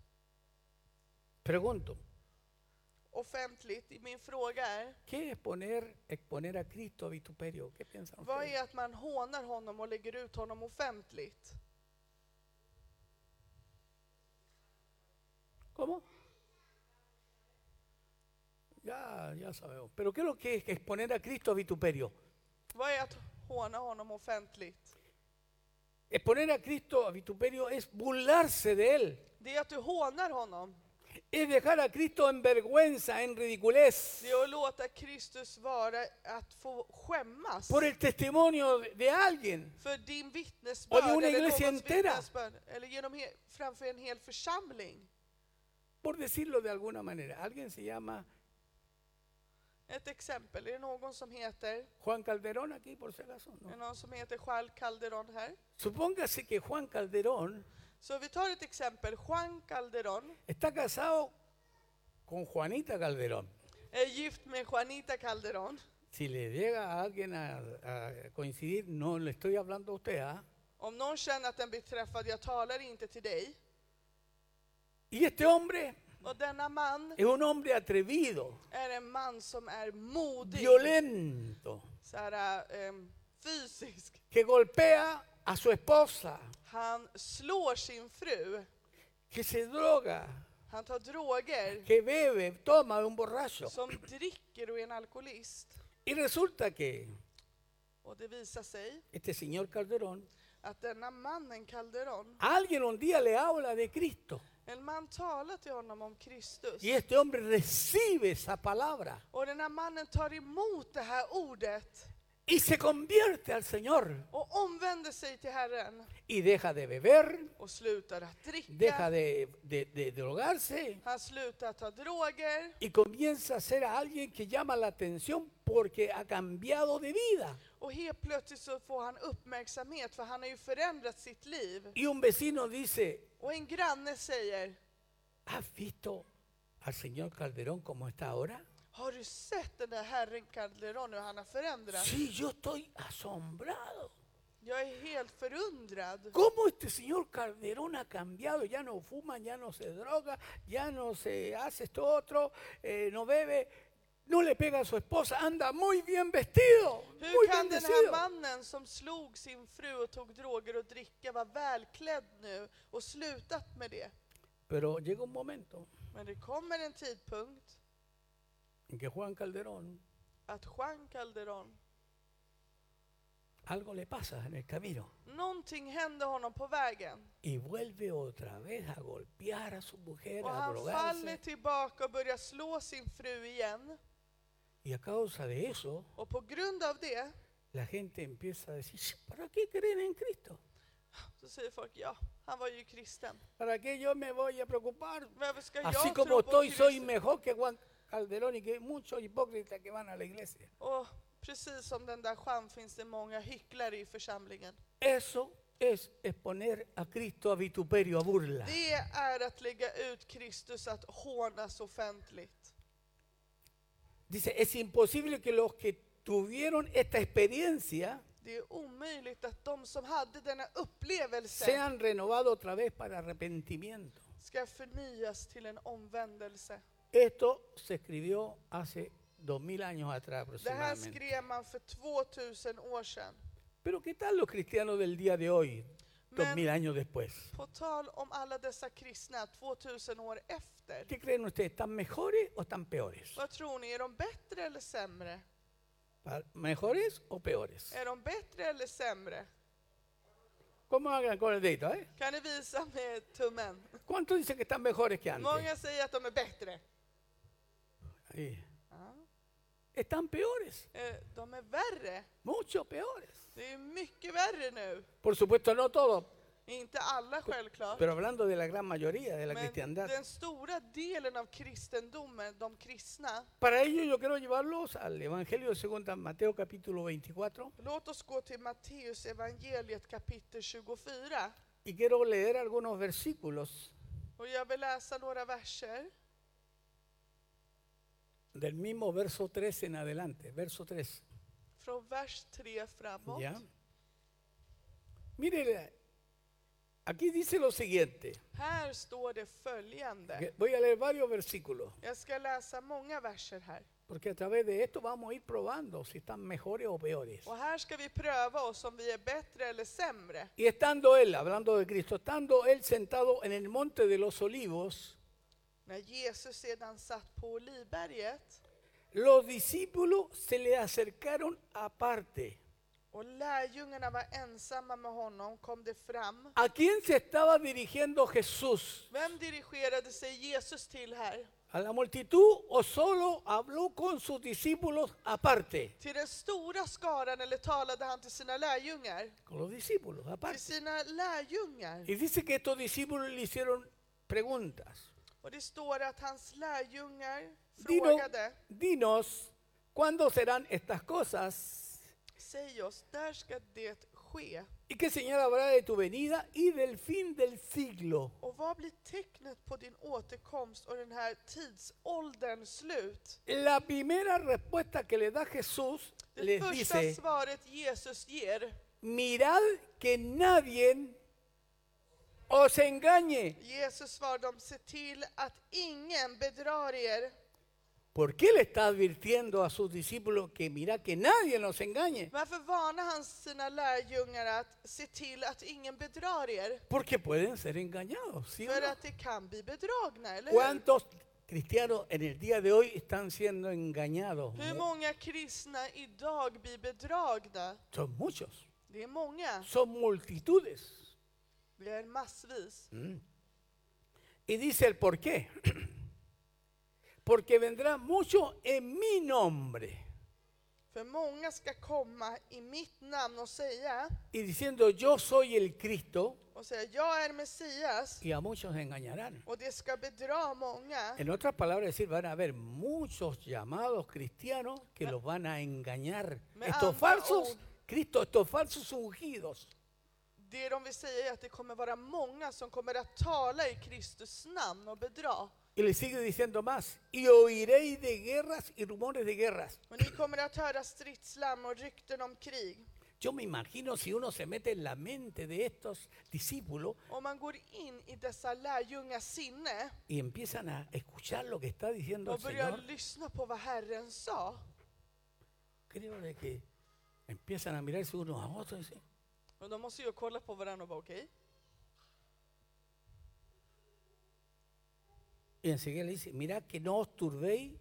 Speaker 1: Pregunto,
Speaker 2: offentligt. Min fråga är,
Speaker 1: ¿qué es poner, exponer a Cristo a vituperio? ¿Qué piensan
Speaker 2: vad
Speaker 1: ustedes?
Speaker 2: är att man hånar honom och lägger ut honom offentligt?
Speaker 1: ¿Cómo? Ya, ya sabemos. Pero ¿qué es lo que es exponer a Cristo a vituperio?
Speaker 2: Vad är att håna honom offentligt?
Speaker 1: Exponer a Cristo a vituperio es burlarse de Él,
Speaker 2: Det är att du hånar honom.
Speaker 1: es dejar a Cristo en vergüenza, en ridiculez.
Speaker 2: Det är att låta Kristus vara att få skämmas
Speaker 1: por el testimonio de- de alguien.
Speaker 2: för din
Speaker 1: Och det är
Speaker 2: vittnesbörd
Speaker 1: en
Speaker 2: eller någons
Speaker 1: iglesia entera.
Speaker 2: vittnesbörd eller genom he- framför en hel församling.
Speaker 1: Por decirlo de alguna manera, alguien se llama
Speaker 2: Ett exempel, är det någon som heter,
Speaker 1: Juan Calderón aquí, por si acaso.
Speaker 2: är det
Speaker 1: ¿no?
Speaker 2: någon som heter Juan Calderon här?
Speaker 1: Supóngase que Juan Calderón
Speaker 2: Så vi tar ett exempel, Juan Calderon
Speaker 1: está casado con Juanita Calderón.
Speaker 2: är gift med Juanita Calderon.
Speaker 1: Si le llega a alguien a, a coincidir, no le estoy hablando a usted, ¿ah?
Speaker 2: Om någon känner att den blir träffad, jag talar inte till dig.
Speaker 1: Y este hombre
Speaker 2: Och denna man
Speaker 1: es un hombre atrevido,
Speaker 2: är en man som är modig,
Speaker 1: violento,
Speaker 2: så här, ehm, fysisk.
Speaker 1: que golpea a su esposa,
Speaker 2: Han slår sin fru,
Speaker 1: que se droga,
Speaker 2: Han tar droger,
Speaker 1: que bebe, toma de un borracho.
Speaker 2: som dricker och är en alkoholist.
Speaker 1: Y resulta que
Speaker 2: Och det visar sig
Speaker 1: este señor Calderón,
Speaker 2: att denna mannen Calderon,
Speaker 1: alguien un día le habla de Cristo.
Speaker 2: en man talar till honom om Kristus.
Speaker 1: Y este hombre recibe esa palabra
Speaker 2: Och den här mannen tar emot det här ordet
Speaker 1: y se convierte al Señor.
Speaker 2: och omvänder sig till Herren
Speaker 1: Y deja de beber,
Speaker 2: och slutar att
Speaker 1: deja
Speaker 2: dricka.
Speaker 1: de, de- de drogarse
Speaker 2: Han slutar att ta droger
Speaker 1: y comienza a ser alguien que llama la atención porque ha cambiado de vida.
Speaker 2: och helt plötsligt så får han uppmärksamhet för han har ju förändrat sitt liv.
Speaker 1: Y un vecino dice,
Speaker 2: Och en granne säger,
Speaker 1: ¿has visto al señor Calderón como está ahora?
Speaker 2: har du sett den där herren Calderon hur han har förändrats?
Speaker 1: Sí, yo estoy asombrado.
Speaker 2: Jag är helt förundrad.
Speaker 1: ¿Cómo este señor Calderón ha cambiado? Ya no fuma, ya no se droga, ya no se hace esto otro, eh, no bebe, no le pega a su esposa, anda muy bien vestido, muy
Speaker 2: Hur kan den här
Speaker 1: bendecido.
Speaker 2: mannen som slog sin fru och tog droger och dricka vara välklädd nu och slutat med det?
Speaker 1: Pero llega un momento
Speaker 2: Men det kommer en tidpunkt
Speaker 1: en que Juan Calderón,
Speaker 2: att Juan Calderon,
Speaker 1: algo le pasa en el camino
Speaker 2: någonting hände honom på vägen
Speaker 1: y vuelve otra vez a golpear a su mujer,
Speaker 2: och
Speaker 1: a
Speaker 2: han faller
Speaker 1: drogarse.
Speaker 2: tillbaka och börjar slå sin fru igen.
Speaker 1: Y a causa de eso,
Speaker 2: Och på grund av det
Speaker 1: la gente empieza a decir, "Sh, ¿para qué creen en Cristo?
Speaker 2: så säger folk, ja, han var ju kristen.
Speaker 1: ¿Para qué yo me voy a preocupar?
Speaker 2: Varför ska
Speaker 1: Así
Speaker 2: jag
Speaker 1: como
Speaker 2: tro på
Speaker 1: estoy, soy
Speaker 2: Kristus?
Speaker 1: mejor que Juan Calderón y que hay muchos hipócritas que van a la iglesia.
Speaker 2: Och precis som den där Juan finns det många hycklare i församlingen.
Speaker 1: Eso es exponer a Cristo a vituperio, a burla.
Speaker 2: Det är att lägga ut Kristus att hånas offentligt.
Speaker 1: Dice, es imposible que los que tuvieron esta experiencia
Speaker 2: Det är omöjligt att de som hade denna upplevelse
Speaker 1: sean renovados otra vez para arrepentimiento.
Speaker 2: ska förnyas till en omvändelse.
Speaker 1: Esto se escribió hace dos mil años atrás
Speaker 2: Det här
Speaker 1: aproximadamente.
Speaker 2: skrev man för 2000 år sedan.
Speaker 1: Pero ¿qué tal los cristianos del día de hoy, dos
Speaker 2: Men-
Speaker 1: mil años después?
Speaker 2: På tal om alla dessa kristna 2000 år efter.
Speaker 1: ¿Qué creen ustedes? ¿Están mejores o están peores?
Speaker 2: Vad tror ni, är de bättre eller sämre?
Speaker 1: Pa- ¿Mejores o peores?
Speaker 2: Är de bättre eller sämre?
Speaker 1: ¿Cómo hagan con el dedito, eh?
Speaker 2: Kan ni visa med tummen?
Speaker 1: ¿Cuántos dicen que están mejores que antes?
Speaker 2: Många säger att de är bättre.
Speaker 1: Ahí.
Speaker 2: Ja.
Speaker 1: Están peores,
Speaker 2: Eh, De är värre.
Speaker 1: mucho peores.
Speaker 2: Det är mycket värre nu.
Speaker 1: Por supuesto, no todos,
Speaker 2: Inte alla självklart.
Speaker 1: pero hablando de la gran mayoría de la
Speaker 2: Men
Speaker 1: cristiandad.
Speaker 2: den stora delen av kristendomen, de kristna,
Speaker 1: Para ello yo quiero llevarlos al Evangelio según San Mateo capítulo 24
Speaker 2: låt oss gå till Matteus evangeliet kapitel 24.
Speaker 1: y quiero leer algunos versículos
Speaker 2: Och jag vill läsa några verser
Speaker 1: del mismo verso 3 en adelante, verso 3.
Speaker 2: från vers 3 framåt.
Speaker 1: ¿ya? Mire, la- aquí dice lo siguiente,
Speaker 2: Här står det följande.
Speaker 1: que voy a leer varios versículos,
Speaker 2: Jag ska läsa många verser här.
Speaker 1: porque a través de esto vamos a ir probando si están mejores o peores.
Speaker 2: Och här ska vi pröva oss om vi är bättre eller sämre.
Speaker 1: Y estando él, hablando de Cristo, estando él sentado en el monte de los olivos,
Speaker 2: När Jesus sedan satt på Olivberget
Speaker 1: los discípulos se le acercaron aparte.
Speaker 2: och lärjungarna var ensamma med honom kom det fram.
Speaker 1: ¿A quién se estaba dirigiendo Jesús?
Speaker 2: Vem dirigerade sig Jesus till här?
Speaker 1: ¿A la multitud o solo habló con sus discípulos aparte?
Speaker 2: Till den stora skaran eller talade han till sina lärjungar?
Speaker 1: Con los discípulos
Speaker 2: Till
Speaker 1: aparte.
Speaker 2: sina lärjungar.
Speaker 1: Y dice que estos discípulos le hicieron preguntas.
Speaker 2: Och det står att hans lärjungar
Speaker 1: Dino-
Speaker 2: frågade,
Speaker 1: dinos, ¿cuándo serán estas cosas?
Speaker 2: säg oss, där ska det ske.
Speaker 1: ¿Y qué señal habrá de tu venida y del fin del siglo?
Speaker 2: Och vad blir tecknet på din återkomst och den här tidsålderns slut?
Speaker 1: La primera respuesta que le da Jesús
Speaker 2: Det
Speaker 1: les
Speaker 2: första
Speaker 1: dice,
Speaker 2: svaret Jesus ger,
Speaker 1: mirad que nadie os engañe,
Speaker 2: Jesus svarar dem, se till att ingen bedrar er.
Speaker 1: ¿Por qué le está advirtiendo a sus discípulos que mira que nadie nos engañe?
Speaker 2: Varför varnar han sina lärjungar att se till att ingen bedrar er?
Speaker 1: Porque pueden ser engañados. ¿sí o
Speaker 2: För
Speaker 1: no?
Speaker 2: att det kan bli bedragna, eller hur?
Speaker 1: ¿Cuántos cristianos en el día de hoy están siendo engañados?
Speaker 2: Hur många kristna idag blir bedragna?
Speaker 1: Son muchos,
Speaker 2: Det är många.
Speaker 1: son multitudes.
Speaker 2: Det är massvis.
Speaker 1: Y dice el por qué. Porque vendrá mucho en mi nombre.
Speaker 2: För många ska komma i mitt namn och säga,
Speaker 1: Y diciendo yo soy el Cristo
Speaker 2: och säga jag är Messias
Speaker 1: y a muchos engañarán.
Speaker 2: och det ska bedra många.
Speaker 1: En otras palabras, decir, van a haber muchos llamados cristianos que los van a engañar.
Speaker 2: Me
Speaker 1: Estos
Speaker 2: anda,
Speaker 1: falsos,
Speaker 2: oh.
Speaker 1: Cristo, estos falsos ungidos.
Speaker 2: Det de vill säga är att det kommer vara många som kommer att tala i Kristus namn och bedra.
Speaker 1: Y le sigue diciendo más, y oiréis de guerras y rumores de guerras.
Speaker 2: Och ni kommer att höra stridslarm och rykten om krig.
Speaker 1: Yo me imagino si uno se mete en la mente de estos discípulos
Speaker 2: Om man går in i dessa lärjungars sinne
Speaker 1: y empiezan a escuchar lo que está diciendo
Speaker 2: och
Speaker 1: el
Speaker 2: börjar
Speaker 1: Señor,
Speaker 2: lyssna på vad Herren sa.
Speaker 1: creo de que empiezan a mirarse unos a otros y dicen,
Speaker 2: Och de måste ju kolla på varandra och bara okej.
Speaker 1: Y enseguida le dice, mirad que no os turbéis,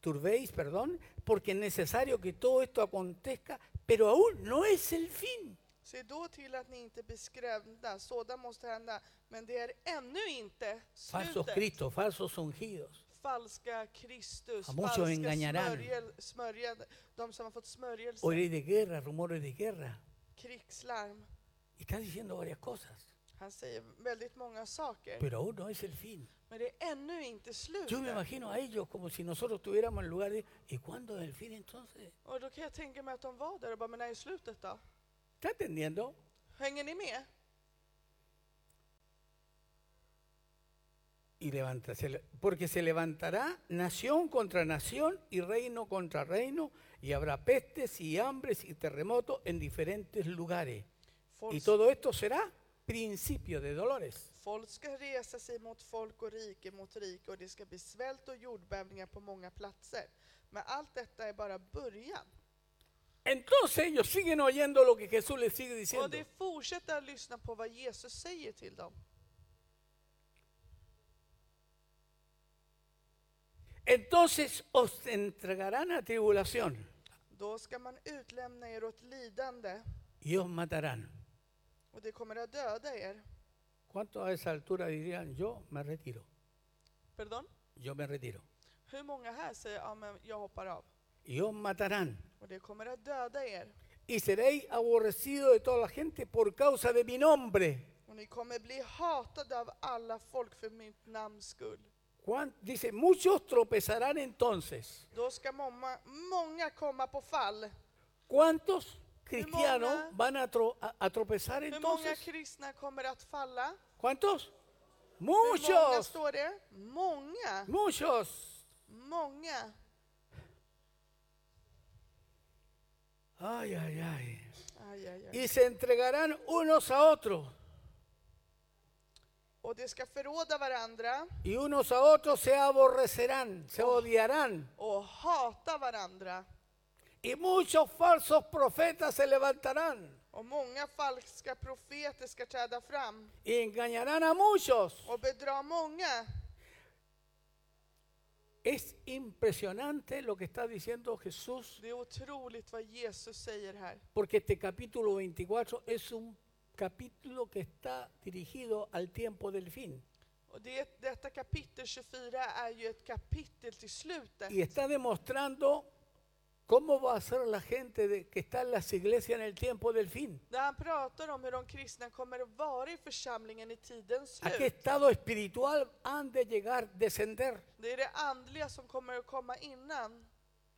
Speaker 1: turbéis, perdón, porque es necesario que todo esto acontezca, pero aún no es el fin.
Speaker 2: Se då till att ni inte blir skrämda, sådant måste hända, men det är ännu inte
Speaker 1: Falsos
Speaker 2: slutet.
Speaker 1: Cristos, falsos ungidos.
Speaker 2: Falska Kristus,
Speaker 1: A muchos
Speaker 2: falska
Speaker 1: engañarán.
Speaker 2: smörjel, smörjade, de som har fått smörjelse,
Speaker 1: Oiréis de guerra, rumores de guerra.
Speaker 2: krigslarm.
Speaker 1: Y está diciendo varias cosas,
Speaker 2: Han säger väldigt många saker,
Speaker 1: pero aún no es el fin.
Speaker 2: men det är ännu inte
Speaker 1: Yo me
Speaker 2: slutet.
Speaker 1: imagino a ellos como si nosotros estuviéramos en lugar de, ¿y cuándo es el fin entonces?
Speaker 2: Och då kan jag tänka mig att de var där och bara, men när är slutet då?
Speaker 1: ¿Está entendiendo?
Speaker 2: Hänger ni med?
Speaker 1: Y levanta, se le- porque se levantará nación contra nación y reino contra reino, y habrá pestes y hambres y terremotos en diferentes lugares. Y
Speaker 2: Folk,
Speaker 1: todo esto será principio de dolores.
Speaker 2: folk ska resa sig mot folk och rike mot rike och det ska bli svält och jordbävningar på många platser. Men allt detta är bara början.
Speaker 1: Entonces ellos siguen oyendo lo que Jesús les sigue
Speaker 2: Och
Speaker 1: diciendo.
Speaker 2: det fortsätter att lyssna på vad Jesus säger till dem.
Speaker 1: Entonces os entregarán a tribulación
Speaker 2: Då ska man utlämna er åt lidande
Speaker 1: y os matarán.
Speaker 2: och det kommer att döda er.
Speaker 1: ¿Cuántos a esa altura dirían, yo me retiro?
Speaker 2: Pardon?
Speaker 1: Yo me retiro.
Speaker 2: Hur många här säger ja, men jag hoppar av?
Speaker 1: Y os matarán.
Speaker 2: Och det kommer att döda er.
Speaker 1: Y seréis aborrecidos de toda la gente por causa de mi nombre.
Speaker 2: Och ni kommer bli hatade av alla folk för mitt namns skull.
Speaker 1: Juan dice, muchos tropezarán entonces.
Speaker 2: Då ska många, många komma på fall.
Speaker 1: ¿Cuántos cristianos
Speaker 2: Mona.
Speaker 1: van a, tro- a- a tropezar
Speaker 2: Hur många
Speaker 1: entonces?
Speaker 2: kristna kommer att falla?
Speaker 1: ¿Cuántos?
Speaker 2: Hur många
Speaker 1: Muchos,
Speaker 2: står det? Många,
Speaker 1: muchos.
Speaker 2: många.
Speaker 1: Ay, ay, ay.
Speaker 2: Aj, aj, aj.
Speaker 1: Y se entregarán unos a otros.
Speaker 2: Och det ska förråda varandra
Speaker 1: Y unos a otros se aborrecerán, se odiarán.
Speaker 2: och hata varandra.
Speaker 1: Y muchos falsos profetas se levantarán
Speaker 2: Och många falska profeter ska träda fram
Speaker 1: y engañarán a muchos.
Speaker 2: och bedra många.
Speaker 1: Es impresionante lo que está diciendo Jesús
Speaker 2: Det är otroligt vad Jesus säger här.
Speaker 1: Porque este capítulo 24 es un capítulo que está dirigido al tiempo del fin.
Speaker 2: Och det, detta kapitel 24 är ju ett kapitel till slutet.
Speaker 1: Y está demostrando cómo va a ser la gente de- que está en las iglesias en el tiempo del fin.
Speaker 2: Där han pratar om hur de kristna kommer att vara i församlingen i tidens
Speaker 1: ¿A qué
Speaker 2: slut.
Speaker 1: estado espiritual han de llegar, descender?
Speaker 2: Det är det andliga som kommer att komma innan.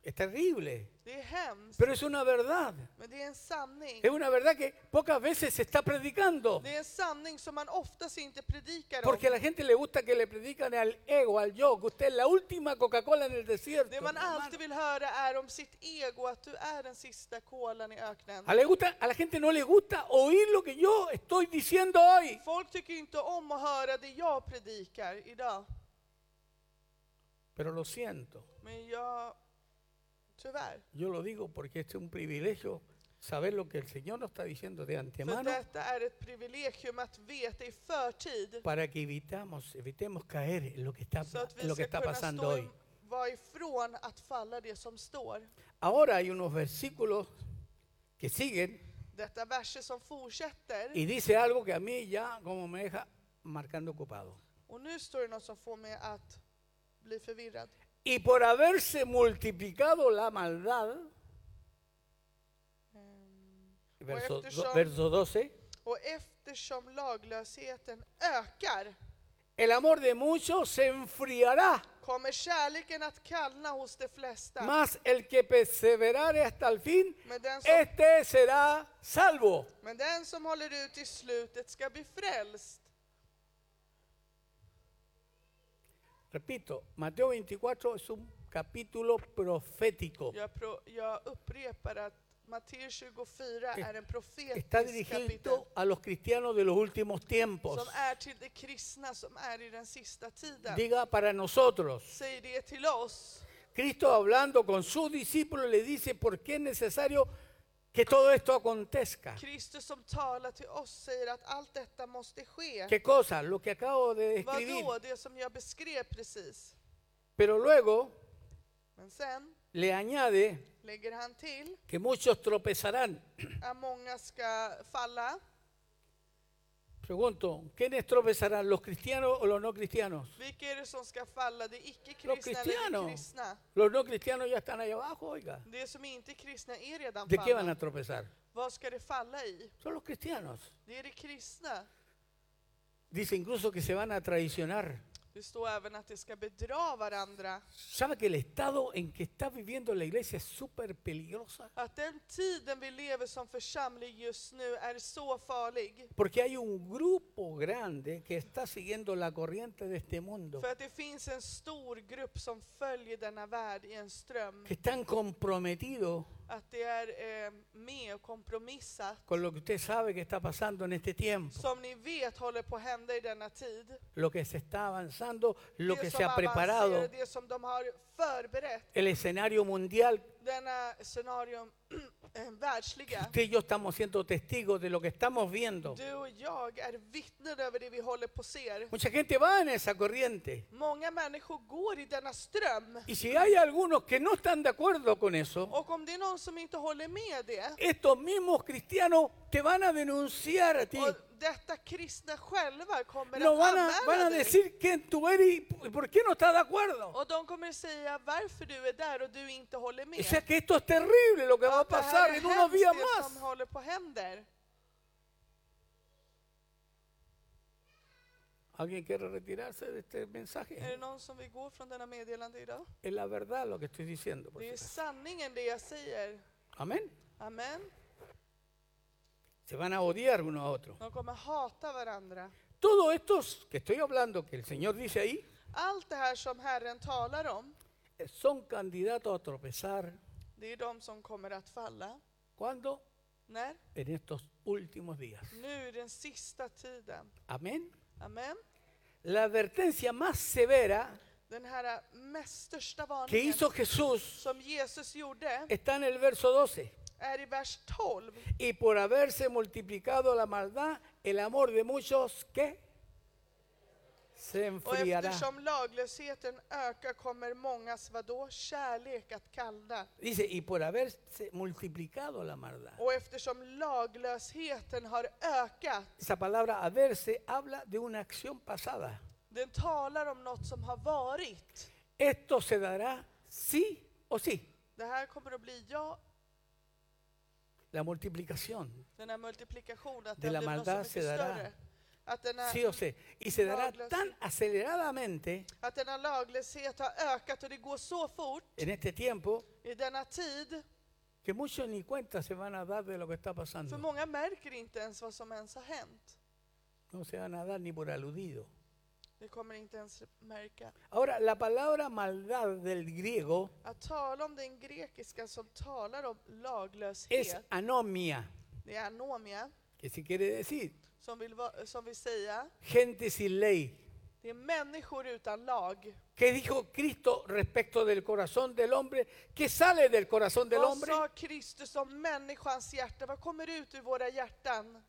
Speaker 1: Es terrible,
Speaker 2: Det är hemskt,
Speaker 1: pero es una verdad.
Speaker 2: men det är en sanning.
Speaker 1: Es una verdad que pocas veces se está predicando.
Speaker 2: Det är en sanning som man oftast inte predikar om.
Speaker 1: Porque a la gente le gusta que le predican al ego, al yo, que usted es la última Coca-Cola en el desierto.
Speaker 2: Det man
Speaker 1: hermano.
Speaker 2: alltid vill höra är om sitt ego, att du är den sista kolan i öknen.
Speaker 1: A, le gusta- a la gente no le gusta oír lo que yo estoy diciendo hoy.
Speaker 2: Folk tycker inte om att höra det jag predikar idag.
Speaker 1: Pero lo siento,
Speaker 2: Men jag, tyvärr,
Speaker 1: yo lo digo porque este es un privilegio saber lo que el Señor nos está diciendo de
Speaker 2: för
Speaker 1: antemano
Speaker 2: detta är ett privilegium att veta i förtid.
Speaker 1: para que evitamos, evitemos caer en lo que está,
Speaker 2: Så att
Speaker 1: en
Speaker 2: vi
Speaker 1: lo que
Speaker 2: ska
Speaker 1: está
Speaker 2: kunna
Speaker 1: pasando
Speaker 2: stå,
Speaker 1: hoy.
Speaker 2: i- vara ifrån att falla det som står.
Speaker 1: Ahora hay unos versículos que siguen
Speaker 2: Detta verser som fortsätter.
Speaker 1: y dice algo que a mí ya como me deja marcando ocupado.
Speaker 2: Och nu står det något som får mig att bli förvirrad.
Speaker 1: Y por haberse multiplicado la maldad,
Speaker 2: Ehm,
Speaker 1: verso,
Speaker 2: eftersom-
Speaker 1: do- verso 12,
Speaker 2: Och eftersom laglösheten ökar
Speaker 1: el amor de muchos se enfriará,
Speaker 2: kommer kärleken att kallna hos de flesta.
Speaker 1: mas el que perseverare hasta el fin,
Speaker 2: Men den, som,
Speaker 1: este será salvo.
Speaker 2: men den som håller ut i slutet ska bli frälst.
Speaker 1: Repito, Mateo 24 es un capítulo profético.
Speaker 2: Jag, pro, jag upprepar att Matteus 24 är en profetisk
Speaker 1: Está
Speaker 2: kapitel
Speaker 1: dirigido a los cristianos de los últimos tiempos.
Speaker 2: som är till de kristna som är i den sista tiden.
Speaker 1: Diga para nosotros.
Speaker 2: Säg det till oss.
Speaker 1: Cristo hablando con sus discípulos le dice por qué es necesario que todo esto acontezca.
Speaker 2: Kristus som talar till oss säger att allt detta måste ske.
Speaker 1: ¿Qué cosa? Lo que acabo de describir.
Speaker 2: Vadå? Det som jag beskrev precis.
Speaker 1: Pero luego
Speaker 2: Men sen
Speaker 1: le añade
Speaker 2: lägger han till
Speaker 1: que muchos tropezarán.
Speaker 2: att många ska falla.
Speaker 1: Pregunto, ¿quiénes tropezarán? ¿Los cristianos o los no cristianos?
Speaker 2: Vilka är det som ska falla? Det är
Speaker 1: Los
Speaker 2: icke-kristna eller de
Speaker 1: cristianos.
Speaker 2: kristna?
Speaker 1: Los no cristianos ya están ahí abajo, oiga.
Speaker 2: Det som inte är kristna är redan
Speaker 1: ¿De qué van a
Speaker 2: fallna.
Speaker 1: tropezar?
Speaker 2: Vad ska det falla i?
Speaker 1: Son los cristianos.
Speaker 2: Det är det kristna.
Speaker 1: Dice incluso que se van a traicionar.
Speaker 2: Det står även att de ska bedra varandra.
Speaker 1: ¿Sabe que el estado en que está viviendo la iglesia es súper peligrosa?
Speaker 2: Att den tiden vi lever som församling just nu är så farlig.
Speaker 1: Porque hay un grupo grande que está siguiendo la corriente de este mundo,
Speaker 2: För att det finns en stor grupp som följer denna värld i en ström.
Speaker 1: que están comprometidos
Speaker 2: Att det är eh, med och kompromissat.
Speaker 1: con lo que usted sabe que está pasando en este tiempo,
Speaker 2: Som ni vet håller på att hända i denna tid.
Speaker 1: lo que se está avanzando, lo
Speaker 2: det
Speaker 1: que
Speaker 2: som
Speaker 1: se ha
Speaker 2: avancerar,
Speaker 1: preparado,
Speaker 2: det som de har förberett,
Speaker 1: el escenario mundial.
Speaker 2: denna scenarion eh, världsliga.
Speaker 1: Usted y yo estamos siendo testigos de lo que estamos viendo.
Speaker 2: Du och jag är vittnen över det vi håller på att se.
Speaker 1: Mucha gente va en esa corriente.
Speaker 2: Många människor går i denna ström.
Speaker 1: Y si hay algunos que no están de acuerdo con eso,
Speaker 2: Och om det är någon som inte håller med det,
Speaker 1: estos mismos cristianos te van a denunciar a ti.
Speaker 2: och detta kristna själva kommer
Speaker 1: No
Speaker 2: att
Speaker 1: van a, van
Speaker 2: anmäla
Speaker 1: a
Speaker 2: dig.
Speaker 1: decir quién tú eres y p- por qué no estás de acuerdo.
Speaker 2: Och de kommer säga varför du är där och du inte håller med.
Speaker 1: O sea que esto es terrible lo que va a
Speaker 2: Att det här
Speaker 1: pasar
Speaker 2: är
Speaker 1: en unos días
Speaker 2: hemskt det som
Speaker 1: más.
Speaker 2: håller på att händer.
Speaker 1: ¿Alguien quiere retirarse de este
Speaker 2: Är det
Speaker 1: mensaje?
Speaker 2: någon som vill gå från denna meddelande idag?
Speaker 1: Es la verdad lo que estoy diciendo. por
Speaker 2: Det är
Speaker 1: si-
Speaker 2: sanningen det jag säger.
Speaker 1: Amén.
Speaker 2: Amen.
Speaker 1: Se van a odiar uno a otro.
Speaker 2: De kommer hata varandra.
Speaker 1: Todo esto que estoy hablando, que el Señor dice ahí,
Speaker 2: Allt det här som Herren talar om,
Speaker 1: eh, son candidatos a tropezar.
Speaker 2: det är de som kommer att falla.
Speaker 1: ¿Cuándo?
Speaker 2: När?
Speaker 1: En estos últimos días.
Speaker 2: Nu, den sista tiden.
Speaker 1: Amén.
Speaker 2: Amen.
Speaker 1: La advertencia más severa
Speaker 2: Den här mest största
Speaker 1: que
Speaker 2: varningen
Speaker 1: hizo Jesús
Speaker 2: som Jesus gjorde
Speaker 1: está en el verso 12.
Speaker 2: är i vers 12.
Speaker 1: Y por haberse multiplicado la maldad, el amor de muchos que se
Speaker 2: Och
Speaker 1: enfriará.
Speaker 2: eftersom laglösheten ökar kommer mångas, vadå, kärlek att kallna.
Speaker 1: Dice, y por haberse multiplicado la maldad.
Speaker 2: Och eftersom laglösheten har ökat,
Speaker 1: Esa palabra haberse habla de una acción pasada.
Speaker 2: den talar om något som har varit.
Speaker 1: Esto se dará sí o sí.
Speaker 2: Det här kommer att bli ja
Speaker 1: La multiplicación,
Speaker 2: Den här multiplikationen, att
Speaker 1: De
Speaker 2: den
Speaker 1: la
Speaker 2: blir något
Speaker 1: maldad
Speaker 2: så mycket
Speaker 1: se dará.
Speaker 2: större. Att denna,
Speaker 1: sí o sí. Y se dará tan aceleradamente
Speaker 2: att denna laglöshet har ökat och det går så fort
Speaker 1: en este tiempo
Speaker 2: i denna tid.
Speaker 1: que muchos ni cuenta se van a dar de lo que está
Speaker 2: För
Speaker 1: pasando.
Speaker 2: många märker inte ens vad som ens har hänt.
Speaker 1: No se van a dar ni por aludido.
Speaker 2: Det kommer inte ens märka.
Speaker 1: Ahora, la palabra maldad del griego
Speaker 2: Att tala om den grekiska som talar om
Speaker 1: es
Speaker 2: laglöshet,
Speaker 1: anomia,
Speaker 2: det är anomia,
Speaker 1: que se quiere decir
Speaker 2: som vill, va- som vill säga,
Speaker 1: gente sin ley.
Speaker 2: det är människor utan lag.
Speaker 1: ¿Qué dijo Cristo respecto del corazón del hombre? ¿Qué sale del corazón del
Speaker 2: Vad
Speaker 1: hombre?
Speaker 2: sa Kristus om människans hjärta? Vad kommer ut ur våra hjärtan?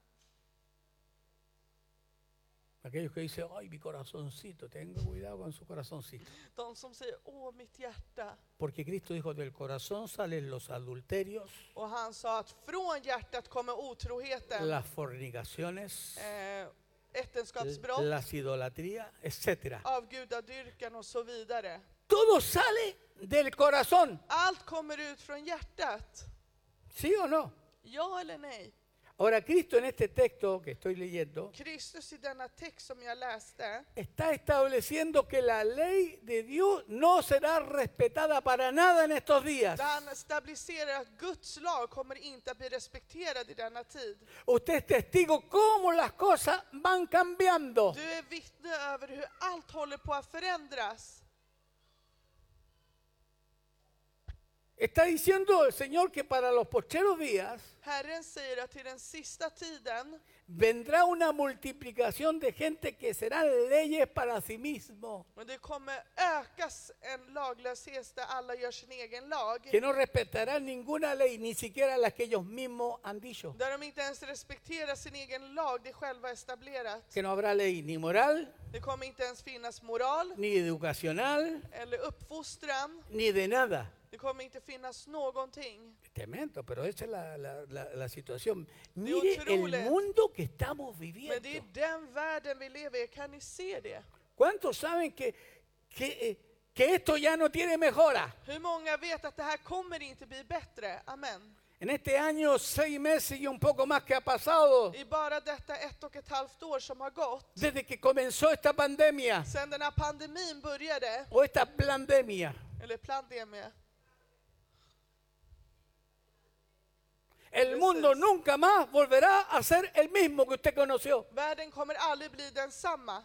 Speaker 1: Aquellos que dicen, ay, mi corazoncito, tenga cuidado con su corazoncito.
Speaker 2: De som säger åh mitt hjärta.
Speaker 1: Porque Cristo dijo, del corazón salen los adulterios,
Speaker 2: Och han sa att från hjärtat kommer otroheten,
Speaker 1: las fornicaciones,
Speaker 2: eh, äktenskapsbrott,
Speaker 1: las idolatrías, etc.
Speaker 2: avgudadyrkan och så vidare.
Speaker 1: Todo sale del corazón,
Speaker 2: Allt kommer ut från hjärtat.
Speaker 1: ¿sí o no?
Speaker 2: Ja eller nej?
Speaker 1: Ahora, Cristo en este texto que estoy leyendo
Speaker 2: Kristus i denna text som jag läste,
Speaker 1: está estableciendo que la ley de Dios no será respetada para nada en estos días.
Speaker 2: där han stabiliserar att Guds lag kommer inte att bli respekterad i denna tid.
Speaker 1: Usted es testigo cómo las cosas van cambiando.
Speaker 2: Du är vittne över hur allt håller på att förändras.
Speaker 1: Está diciendo el Señor que para los posteros días
Speaker 2: Herren säger att till den sista tiden
Speaker 1: vendrá una multiplicación de gente que serán leyes para sí mismo,
Speaker 2: Men det kommer ökas en laglöshet där alla gör sin egen lag.
Speaker 1: que no respetarán ninguna ley, ni siquiera las que ellos mismos han dicho.
Speaker 2: Där de inte ens respekterar sin egen lag, det är själva etablerat.
Speaker 1: Que no habrá ley ni moral,
Speaker 2: Det kommer inte ens finnas moral
Speaker 1: ni educacional,
Speaker 2: eller uppfostran.
Speaker 1: ni de nada.
Speaker 2: Det kommer inte finnas någonting.
Speaker 1: Tremendo, pero esa es la, la- la- la situación.
Speaker 2: Dios
Speaker 1: Mire el
Speaker 2: Chirule.
Speaker 1: mundo que estamos
Speaker 2: Men det är
Speaker 1: viviendo.
Speaker 2: den världen vi lever i, kan ni se det?
Speaker 1: ¿Cuántos saben que, que, eh, que esto ya no tiene mejora?
Speaker 2: Hur många vet att det här kommer inte bli bättre? Amen.
Speaker 1: En este año, seis meses y un poco más que ha pasado
Speaker 2: I bara detta ett och ett halvt år som har gått,
Speaker 1: desde que comenzó esta pandemia
Speaker 2: sedan den här pandemin började,
Speaker 1: o esta pandemia,
Speaker 2: eller pandemia,
Speaker 1: el mundo nunca más volverá a ser el mismo que usted conoció.
Speaker 2: världen kommer aldrig bli densamma.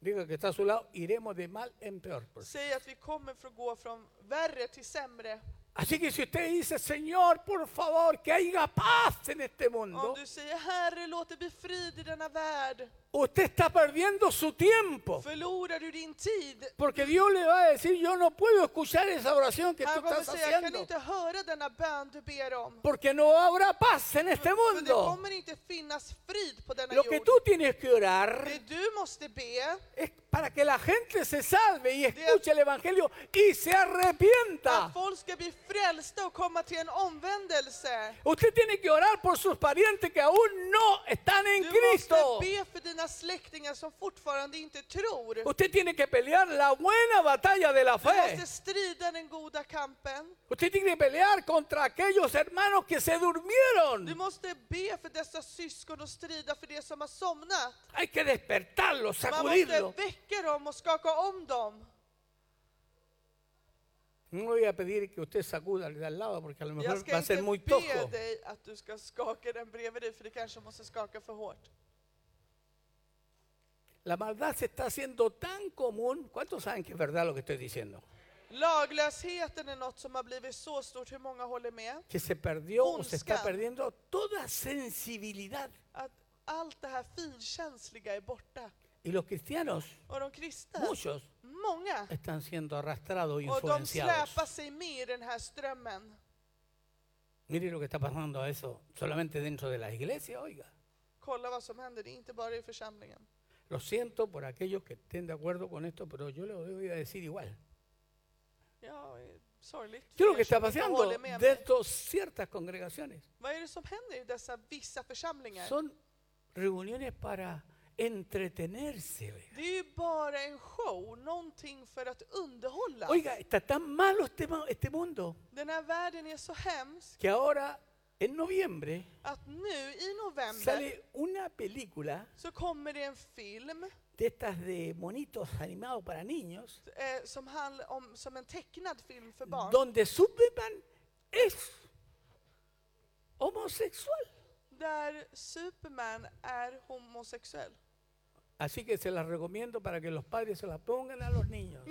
Speaker 1: Diga que está a su lado, iremos de mal en peor.
Speaker 2: säger att vi kommer för att gå från värre till sämre.
Speaker 1: Así que si usted dice, Señor, por favor, que haya paz en este
Speaker 2: Om
Speaker 1: mundo,
Speaker 2: du säger Herre låt det bli frid i denna värld,
Speaker 1: usted está perdiendo su tiempo.
Speaker 2: förlorar du din tid?
Speaker 1: Porque Dios le va a decir, yo no puedo escuchar esa oración que tú
Speaker 2: Han kommer
Speaker 1: estás
Speaker 2: säga, jag kan
Speaker 1: haciendo.
Speaker 2: inte höra denna bön du ber om.
Speaker 1: Porque no habrá paz en este
Speaker 2: För det
Speaker 1: mundo.
Speaker 2: kommer inte finnas frid på denna
Speaker 1: Lo que
Speaker 2: jord.
Speaker 1: tú tienes que orar
Speaker 2: Det du måste be,
Speaker 1: es para que la gente se salve y escuche el Evangelio y se arrepienta.
Speaker 2: att folk ska bli frälsta och komma till en omvändelse.
Speaker 1: Usted tiene que orar por sus parientes que aún no están en
Speaker 2: Du
Speaker 1: Cristo.
Speaker 2: måste be för dina släktingar som fortfarande inte tror.
Speaker 1: Usted tiene que pelear la buena batalla de la
Speaker 2: Du
Speaker 1: fe.
Speaker 2: måste strida den goda kampen.
Speaker 1: Usted tiene que pelear contra aquellos hermanos que se
Speaker 2: Du
Speaker 1: durmieron.
Speaker 2: måste be för dessa syskon och strida för det som har somnat.
Speaker 1: Hay que despertarlos,
Speaker 2: Man måste
Speaker 1: sacudirlos.
Speaker 2: väcka dem och skaka om dem.
Speaker 1: No voy a pedir que usted sacuda al de al lado porque a lo
Speaker 2: Jag
Speaker 1: mejor va
Speaker 2: ska
Speaker 1: a ser
Speaker 2: inte
Speaker 1: muy
Speaker 2: be
Speaker 1: tosco.
Speaker 2: dig att du ska skaka den bredvid dig, för det kanske måste skaka för hårt.
Speaker 1: La maldad se está haciendo tan común. ¿Cuántos saben que es verdad lo que estoy diciendo?
Speaker 2: Laglösheten är något som har blivit så stort, hur många håller med?
Speaker 1: que se perdió o se está
Speaker 2: Ondska.
Speaker 1: perdiendo toda sensibilidad.
Speaker 2: Att allt det här finkänsliga är borta.
Speaker 1: Y los cristianos,
Speaker 2: Och de kristna,
Speaker 1: muchos,
Speaker 2: många,
Speaker 1: están siendo arrastrados e
Speaker 2: och de
Speaker 1: influenciados.
Speaker 2: släpar sig med i den här strömmen.
Speaker 1: Mire lo que está pasando a eso, solamente dentro de la iglesia, oiga.
Speaker 2: Kolla vad som händer, det är inte bara i församlingen.
Speaker 1: Lo siento por aquellos que estén de acuerdo con esto, pero yo lo voy a decir igual.
Speaker 2: Ja, eh, sorgligt.
Speaker 1: ¿Qué es lo
Speaker 2: för
Speaker 1: que
Speaker 2: er som
Speaker 1: está
Speaker 2: inte
Speaker 1: pasando
Speaker 2: håller med mig.
Speaker 1: dentro de ciertas congregaciones?
Speaker 2: Vad är det som händer i dessa vissa församlingar?
Speaker 1: Son reuniones para entretenerse. oiga.
Speaker 2: Det är ju bara en show, någonting för att underhålla.
Speaker 1: Oiga, está tan malo este ma- este mundo
Speaker 2: Den här världen är så hemsk
Speaker 1: que ahora, en noviembre,
Speaker 2: att nu i november
Speaker 1: sale una película
Speaker 2: så kommer det en film
Speaker 1: de estas de monitos animados para niños
Speaker 2: eh, som handlar om som en tecknad film för barn.
Speaker 1: donde Superman es homosexual.
Speaker 2: Där Superman är homosexuell.
Speaker 1: Así que se las recomiendo para que los padres se las pongan a los niños.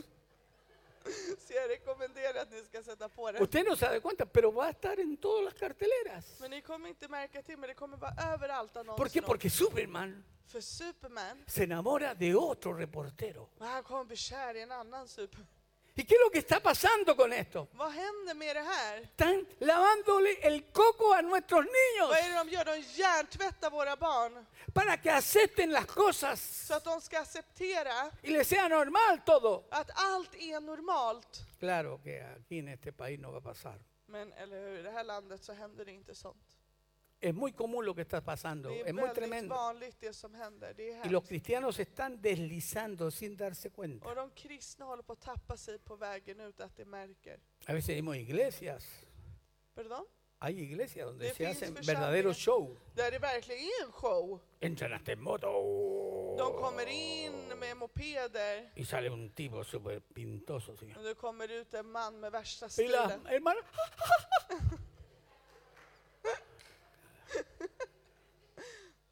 Speaker 2: Så jag rekommenderar att ni ska sätta på den.
Speaker 1: Usted no sabe cuántas, pero va a estar en todas las carteleras.
Speaker 2: Men ni kommer inte märka till, men det kommer vara överallt
Speaker 1: ¿Por qué?
Speaker 2: annonserna.
Speaker 1: Porque Superman
Speaker 2: För Superman,
Speaker 1: se enamora de otro reportero.
Speaker 2: och han kommer bli kär i en annan Superman.
Speaker 1: ¿Y qué es lo que está pasando con esto?
Speaker 2: Vad händer med det här?
Speaker 1: Están lavándole el coco a nuestros
Speaker 2: Vad
Speaker 1: niños
Speaker 2: är det de gör? De hjärntvättar våra barn
Speaker 1: para que acepten las cosas
Speaker 2: så att de ska acceptera
Speaker 1: y les sea normal todo.
Speaker 2: att allt är normalt.
Speaker 1: Claro que aquí en este país no va a pasar.
Speaker 2: Men eller hur, i det här landet så händer det inte sånt.
Speaker 1: Es muy común lo que está pasando,
Speaker 2: Det
Speaker 1: es
Speaker 2: är
Speaker 1: muy
Speaker 2: väldigt
Speaker 1: tremendo.
Speaker 2: vanligt det som händer. Det är
Speaker 1: Y los
Speaker 2: hemskt.
Speaker 1: cristianos están deslizando sin darse cuenta.
Speaker 2: Och de kristna håller på att tappa sig på vägen ut att de märker.
Speaker 1: A veces vemos iglesias,
Speaker 2: Perdón?
Speaker 1: hay iglesias donde
Speaker 2: De
Speaker 1: se
Speaker 2: Fins
Speaker 1: hacen
Speaker 2: församlingar.
Speaker 1: verdaderos show.
Speaker 2: Där det verkligen är en show.
Speaker 1: Entran hasta en moto
Speaker 2: De kommer in med mopeder
Speaker 1: y sale un tipo súper pintoso. así.
Speaker 2: och det kommer ut en man med
Speaker 1: Y ¡ah,
Speaker 2: värsta
Speaker 1: las
Speaker 2: stilen.
Speaker 1: hermanas,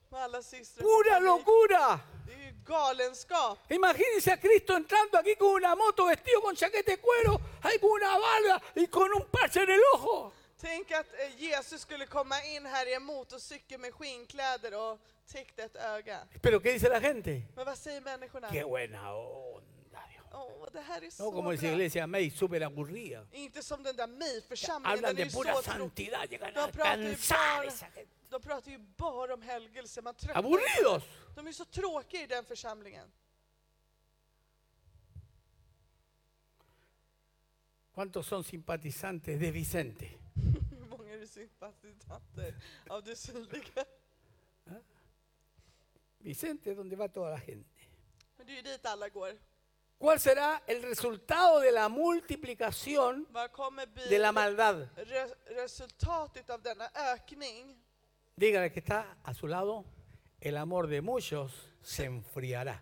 Speaker 2: Och alla systrar får
Speaker 1: ¡pura
Speaker 2: panik.
Speaker 1: locura!
Speaker 2: Det är ju galenskap.
Speaker 1: Imagínense a Cristo entrando aquí con una moto, vestido con chaqueta de cuero, ahí con una bala y con un parche en el ojo.
Speaker 2: Tänk att eh, Jesus skulle komma in här i en motorcykel med skinnkläder och täckte ett öga.
Speaker 1: Pero ¿qué dice la gente?
Speaker 2: Men vad säger människorna?
Speaker 1: ¡Qué buena onda! Dios.
Speaker 2: Åh, det här är så
Speaker 1: No como esa
Speaker 2: bra.
Speaker 1: iglesia May, súper aburrida.
Speaker 2: Inte som den där mig-församlingen,
Speaker 1: Hablan
Speaker 2: den
Speaker 1: de
Speaker 2: är ju
Speaker 1: pura
Speaker 2: så tråkig.
Speaker 1: santidad, llegan a
Speaker 2: De pratar ju
Speaker 1: cansar
Speaker 2: bara,
Speaker 1: esa gente.
Speaker 2: de pratar ju bara om helgelse. Man tröttnar.
Speaker 1: ¡Aburridos!
Speaker 2: De är så tråkiga i den församlingen.
Speaker 1: ¿Cuántos son simpatizantes de Vicente?
Speaker 2: Hur många är det sympatitanter av det synliga?
Speaker 1: Vicente es donde va toda la gente.
Speaker 2: Men det är ju dit alla går.
Speaker 1: ¿Cuál será el resultado de la multiplicación
Speaker 2: Vad kommer
Speaker 1: de la
Speaker 2: bli
Speaker 1: maldad?
Speaker 2: re resultatet av denna ökning?
Speaker 1: Dígale que está a su lado, el amor de muchos se enfriará.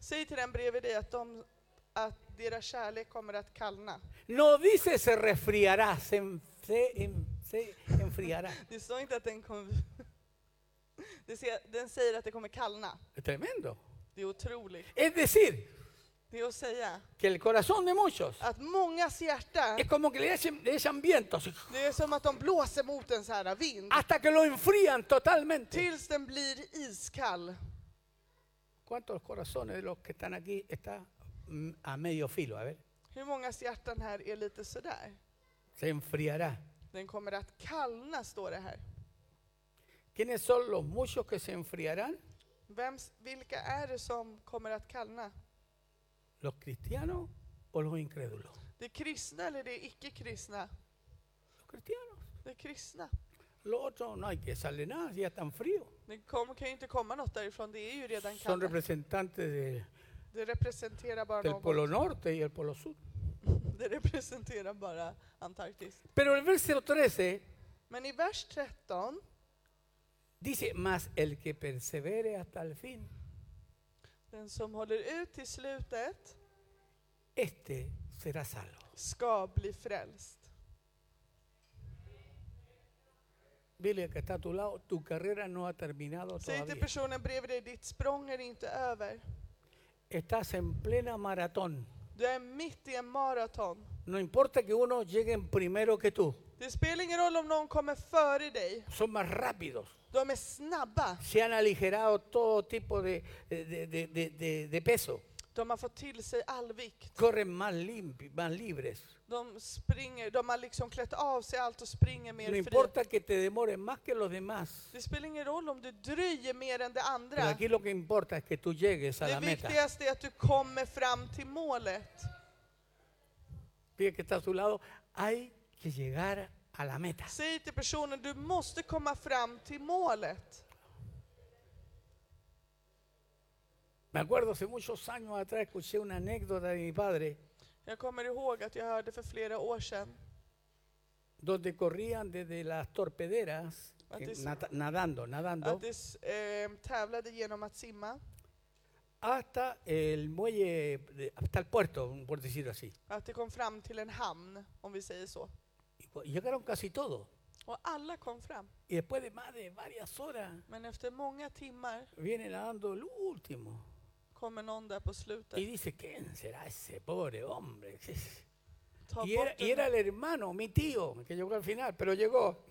Speaker 2: Säg till den bredvid dig att, de, att deras kärlek kommer att kallna.
Speaker 1: No dice se resfriará, se, en- se en- se enfriará.
Speaker 2: Det står inte att den kommer... Det ser, den säger att det kommer kallna.
Speaker 1: Es tremendo.
Speaker 2: Det är otroligt.
Speaker 1: Es decir,
Speaker 2: Det är att säga
Speaker 1: que el corazón de muchos
Speaker 2: att mångas hjärta,
Speaker 1: es como que le echan, le echan viento, así,
Speaker 2: det är som att de blåser mot en så här vind.
Speaker 1: hasta que lo enfrían totalmente.
Speaker 2: Tills den blir iskall.
Speaker 1: ¿Cuántos corazones de los que están aquí están a medio filo? A ver,
Speaker 2: Hur mångas hjärtan här är lite sådär?
Speaker 1: se enfriará.
Speaker 2: Den kommer att kallna, står det här.
Speaker 1: ¿Quiénes son los muchos que se enfriarán?
Speaker 2: Vems, vilka är det som kommer att kallna?
Speaker 1: ¿Los cristianos o los incrédulos?
Speaker 2: Det kristna eller det icke-kristna?
Speaker 1: Los cristianos.
Speaker 2: Det kristna.
Speaker 1: Los otros no hay que sale nada, si ya están fríos.
Speaker 2: Det kom, kan ju inte komma något därifrån, det är ju redan
Speaker 1: Son
Speaker 2: kallt.
Speaker 1: representantes de-
Speaker 2: Det representerar bara
Speaker 1: del
Speaker 2: något.
Speaker 1: Polo Norte y el Polo Sur.
Speaker 2: Det representerar bara Antarktis.
Speaker 1: Pero el versículo 13
Speaker 2: Men i vers 13
Speaker 1: dice, mas el que persevere hasta el fin,
Speaker 2: Den som håller ut till slutet
Speaker 1: este será salvo.
Speaker 2: ska bli frälst.
Speaker 1: Dile al que está a tu lado, tu carrera no ha terminado
Speaker 2: Säg till
Speaker 1: todavía.
Speaker 2: personen bredvid dig, ditt språng är inte över.
Speaker 1: Estás en plena maratón.
Speaker 2: Du är mitt i en maraton.
Speaker 1: No importa que uno llegue primero que tú.
Speaker 2: Det spelar ingen roll om någon kommer före dig.
Speaker 1: Son más rápidos.
Speaker 2: De är snabba.
Speaker 1: Se han aligerado todo tipo de, de- de- de- de- de peso.
Speaker 2: De har fått till sig all vikt.
Speaker 1: Corren más, limpi- más libres.
Speaker 2: De springer, de har liksom klätt av sig allt och springer mer
Speaker 1: No
Speaker 2: fria.
Speaker 1: importa que te demoren más que los demás.
Speaker 2: Det spelar ingen roll om du dröjer mer än det
Speaker 1: Pero
Speaker 2: andra.
Speaker 1: aquí lo que importa es que tú llegues a
Speaker 2: Det
Speaker 1: la meta.
Speaker 2: viktigaste är att du kommer fram till målet.
Speaker 1: Pide que está a su lado. Hay que llegar a la meta.
Speaker 2: Säg till personen, du måste komma fram till målet.
Speaker 1: Me acuerdo hace muchos años atrás escuché una anécdota de mi padre
Speaker 2: Jag kommer ihåg att jag hörde för flera år sedan
Speaker 1: donde corrían desde las torpederas
Speaker 2: Ah,
Speaker 1: eh,
Speaker 2: sí, sí.
Speaker 1: nata- nadando, nadando
Speaker 2: att det s- eh, tävlade genom att simma,
Speaker 1: hasta el muelle, de- hasta el puerto, por decirlo así.
Speaker 2: att det kom fram till en hamn, om vi säger så.
Speaker 1: Y cu- Llegaron casi todos.
Speaker 2: Och alla kom fram.
Speaker 1: Y después de más de varias horas,
Speaker 2: Men efter många timmar
Speaker 1: viene nadando el último.
Speaker 2: kommer någon där på
Speaker 1: Y
Speaker 2: slutet.
Speaker 1: dice, ¿quién será ese pobre hombre?
Speaker 2: Ta
Speaker 1: Y era,
Speaker 2: bort
Speaker 1: y
Speaker 2: den.
Speaker 1: era el hermano, mi tío, que llegó al final, pero llegó.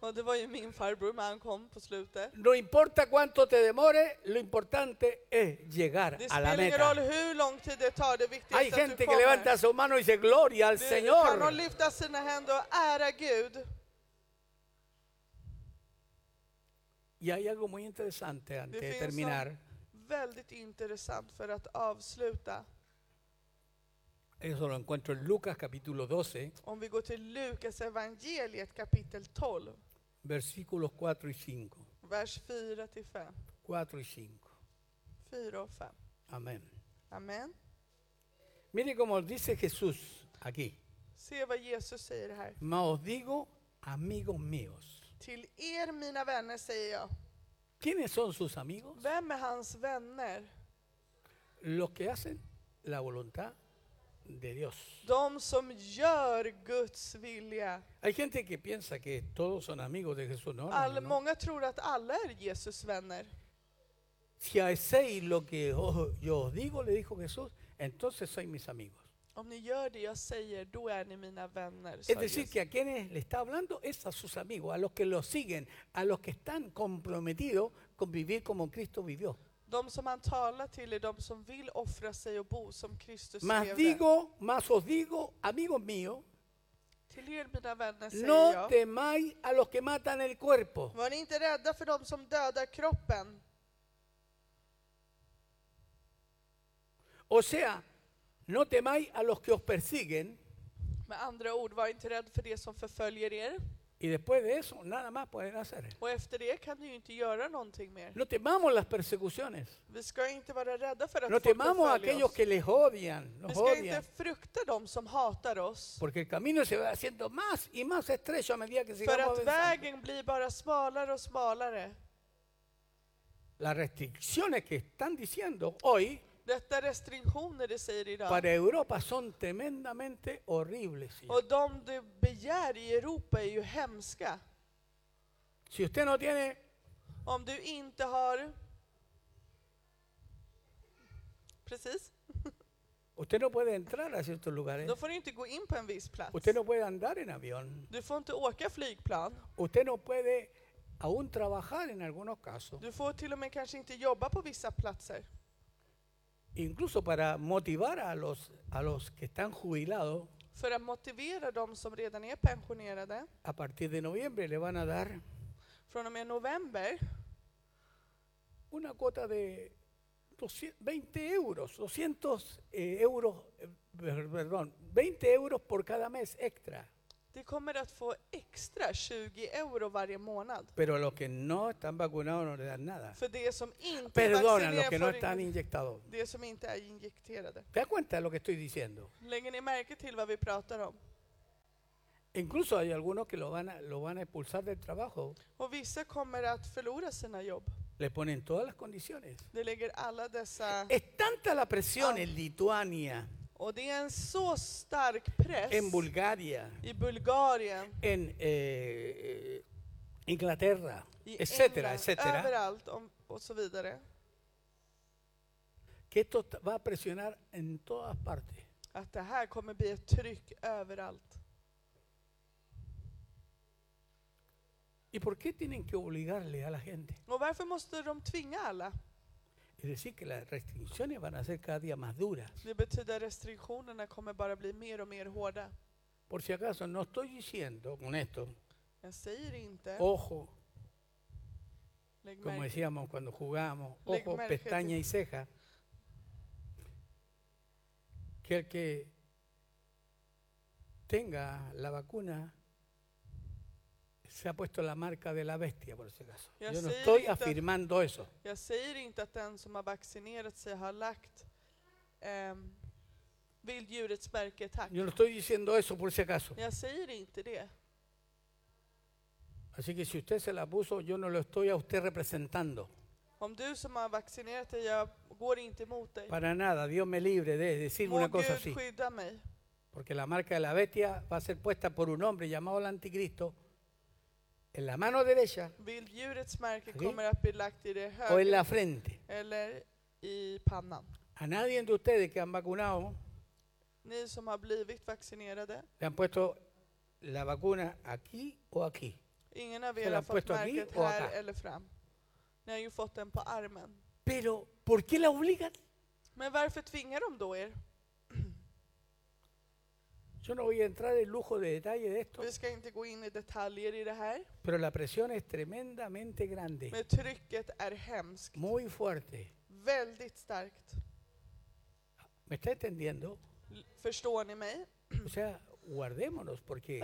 Speaker 2: Och det var ju min farbror, men han kom på slutet.
Speaker 1: No importa cuánto te demore, lo importante es llegar
Speaker 2: Det
Speaker 1: a la
Speaker 2: spelar ingen roll
Speaker 1: meta.
Speaker 2: hur lång tid det tar, det viktigaste
Speaker 1: Hay
Speaker 2: är att du
Speaker 1: gente que
Speaker 2: kommer.
Speaker 1: levanta su mano y dice, gloria al
Speaker 2: Du kan hon
Speaker 1: Señor.
Speaker 2: lyfta sina händer och ära Gud.
Speaker 1: Y hay algo muy interesante antes de
Speaker 2: finns någon-
Speaker 1: terminar.
Speaker 2: Väldigt intressant för att avsluta.
Speaker 1: Eso lo encuentro en Lucas capítulo 12,
Speaker 2: Om vi går till Lukas evangeliet kapitel 12,
Speaker 1: versículos 4 y 5.
Speaker 2: vers 4 till 5.
Speaker 1: 4 y 5.
Speaker 2: 4 och 5.
Speaker 1: Amén.
Speaker 2: Amen.
Speaker 1: Mire cómo dice Jesús aquí.
Speaker 2: Se vad Jesus säger här.
Speaker 1: Mas os digo, amigos míos.
Speaker 2: Till er mina vänner säger jag.
Speaker 1: ¿Quiénes son sus amigos?
Speaker 2: Vem är hans vänner?
Speaker 1: Los que hacen la voluntad de Dios.
Speaker 2: De som gör Guds vilja.
Speaker 1: Hay gente que piensa que todos son amigos de Jesús. No, no, no,
Speaker 2: All,
Speaker 1: no.
Speaker 2: många tror att alla är Jesus vänner.
Speaker 1: Si hacéis lo que os- yo os digo, le dijo Jesús, entonces sois mis amigos.
Speaker 2: Om ni gör det jag säger, då är ni mina vänner. sa
Speaker 1: Es decir,
Speaker 2: Jesus.
Speaker 1: que a quienes le está hablando es a sus amigos, a los que lo siguen, a los que están comprometidos con vivir como Cristo vivió.
Speaker 2: De som han talar till är de som vill offra sig och bo som Kristus
Speaker 1: Más digo, más os digo, amigos míos,
Speaker 2: Till er mina vänner säger
Speaker 1: no
Speaker 2: jag.
Speaker 1: temáis a los que matan el cuerpo.
Speaker 2: Var ni inte rädda för de som dödar kroppen?
Speaker 1: O sea, no temáis a los que os persiguen
Speaker 2: Med andra ord, var inte rädd för det som förföljer er.
Speaker 1: y después de eso nada más pueden hacer.
Speaker 2: Och efter det kan ni ju inte göra någonting mer.
Speaker 1: No temamos las persecuciones.
Speaker 2: Vi ska inte vara rädda för att
Speaker 1: No
Speaker 2: folk
Speaker 1: temamos a
Speaker 2: förföljer
Speaker 1: aquellos
Speaker 2: oss.
Speaker 1: que les odian,
Speaker 2: Vi
Speaker 1: nos
Speaker 2: ska inte
Speaker 1: odian.
Speaker 2: frukta de som hatar oss.
Speaker 1: Porque el camino se va haciendo más y más estrecho a medida que
Speaker 2: För
Speaker 1: sigamos
Speaker 2: att
Speaker 1: avanzando.
Speaker 2: vägen blir bara smalare och smalare.
Speaker 1: Las restricciones que están diciendo hoy
Speaker 2: Detta är restriktioner det säger idag.
Speaker 1: para Europa son tremendamente horribles. señor.
Speaker 2: Och de du begär i Europa är ju hemska.
Speaker 1: Si usted no tiene,
Speaker 2: Om du inte har... Precis.
Speaker 1: usted no puede entrar a ciertos lugares.
Speaker 2: Då får du inte gå in på en viss plats.
Speaker 1: Usted no puede andar en avión.
Speaker 2: Du får inte åka flygplan.
Speaker 1: Usted no puede aún trabajar en algunos casos.
Speaker 2: Du får till och med kanske inte jobba på vissa platser.
Speaker 1: Incluso para motivar a los, a los que están jubilados,
Speaker 2: För att motivera de som redan är pensionerade.
Speaker 1: a partir de noviembre le van a dar
Speaker 2: Från och med november
Speaker 1: una cuota de 200 20 euros, 200 eh, euros, eh, per- perdón, 20 euros por cada mes extra.
Speaker 2: Det kommer att få extra 20 euro varje månad.
Speaker 1: Pero a los que no están vacunados no le dan nada.
Speaker 2: För det som inte är
Speaker 1: Perdona, los
Speaker 2: vaccinerade
Speaker 1: que no
Speaker 2: får
Speaker 1: están
Speaker 2: ingen-
Speaker 1: inyectados.
Speaker 2: det som inte är injekterade.
Speaker 1: ¿Te das cuenta de lo que estoy diciendo?
Speaker 2: Lägger ni märke till vad vi pratar om?
Speaker 1: Incluso hay algunos que lo van a, lo van a expulsar del trabajo.
Speaker 2: Och vissa kommer att förlora sina jobb.
Speaker 1: Le ponen todas las condiciones.
Speaker 2: Det lägger alla dessa...
Speaker 1: Es tanta la presión en Lituania,
Speaker 2: Och det är en så stark press
Speaker 1: en Bulgaria,
Speaker 2: i Bulgarien,
Speaker 1: en eh, Inglaterra,
Speaker 2: i
Speaker 1: etcétera,
Speaker 2: England,
Speaker 1: etcétera,
Speaker 2: överallt om, och så vidare.
Speaker 1: que esto t- va a presionar en todas partes.
Speaker 2: Att det här kommer bli ett tryck överallt.
Speaker 1: ¿Y por qué tienen que obligarle a la gente?
Speaker 2: Och varför måste de tvinga alla?
Speaker 1: Es decir, que las restricciones van a ser cada día más duras.
Speaker 2: Det betyder att restriktionerna kommer bara bli mer och mer hårda.
Speaker 1: Por si acaso, no estoy diciendo con esto,
Speaker 2: Jag säger inte,
Speaker 1: ojo,
Speaker 2: lägg
Speaker 1: como
Speaker 2: märke,
Speaker 1: decíamos cuando jugamos,
Speaker 2: Leg
Speaker 1: ojo,
Speaker 2: merge,
Speaker 1: pestaña
Speaker 2: sí.
Speaker 1: y ceja, que el que tenga la vacuna se ha puesto la marca de la bestia, por si acaso.
Speaker 2: Ya
Speaker 1: Yo no
Speaker 2: sé,
Speaker 1: estoy
Speaker 2: ahorita-
Speaker 1: afirmando eso.
Speaker 2: jag säger inte att den som har vaccinerat sig har lagt ehm, vilddjurets märke i tack.
Speaker 1: Yo no estoy diciendo eso por si acaso.
Speaker 2: Jag säger inte det.
Speaker 1: Así que si usted se la puso, yo no lo estoy a usted representando.
Speaker 2: Om du som har vaccinerat dig, jag går inte emot dig.
Speaker 1: Para nada, Dios me libre de decir
Speaker 2: Må
Speaker 1: una cosa así.
Speaker 2: Gud skydda mig.
Speaker 1: Porque la marca de la bestia va a ser puesta por un hombre llamado el anticristo en la mano derecha
Speaker 2: Vilddjurets märke
Speaker 1: Okej.
Speaker 2: kommer att bli lagt i det
Speaker 1: o en
Speaker 2: högra
Speaker 1: la frente.
Speaker 2: eller i pannan.
Speaker 1: A nadie de ustedes que han vacunado
Speaker 2: Ni som har blivit vaccinerade.
Speaker 1: Le han puesto la vacuna aquí o aquí.
Speaker 2: Ingen av
Speaker 1: Se la
Speaker 2: er har
Speaker 1: han
Speaker 2: fått
Speaker 1: puesto aquí
Speaker 2: märket
Speaker 1: och
Speaker 2: här
Speaker 1: acá.
Speaker 2: eller fram. Ni har ju fått den på armen.
Speaker 1: Pero, ¿por qué la obligan?
Speaker 2: Men varför tvingar de då er?
Speaker 1: Yo no voy a entrar en lujo de detalle de esto,
Speaker 2: Vi ska inte gå in i detaljer i det här.
Speaker 1: pero la presión es tremendamente grande,
Speaker 2: Men trycket är hemskt.
Speaker 1: muy fuerte.
Speaker 2: Väldigt starkt.
Speaker 1: ¿Me está entendiendo?
Speaker 2: L- Förstår ni mig?
Speaker 1: O sea, guardémonos porque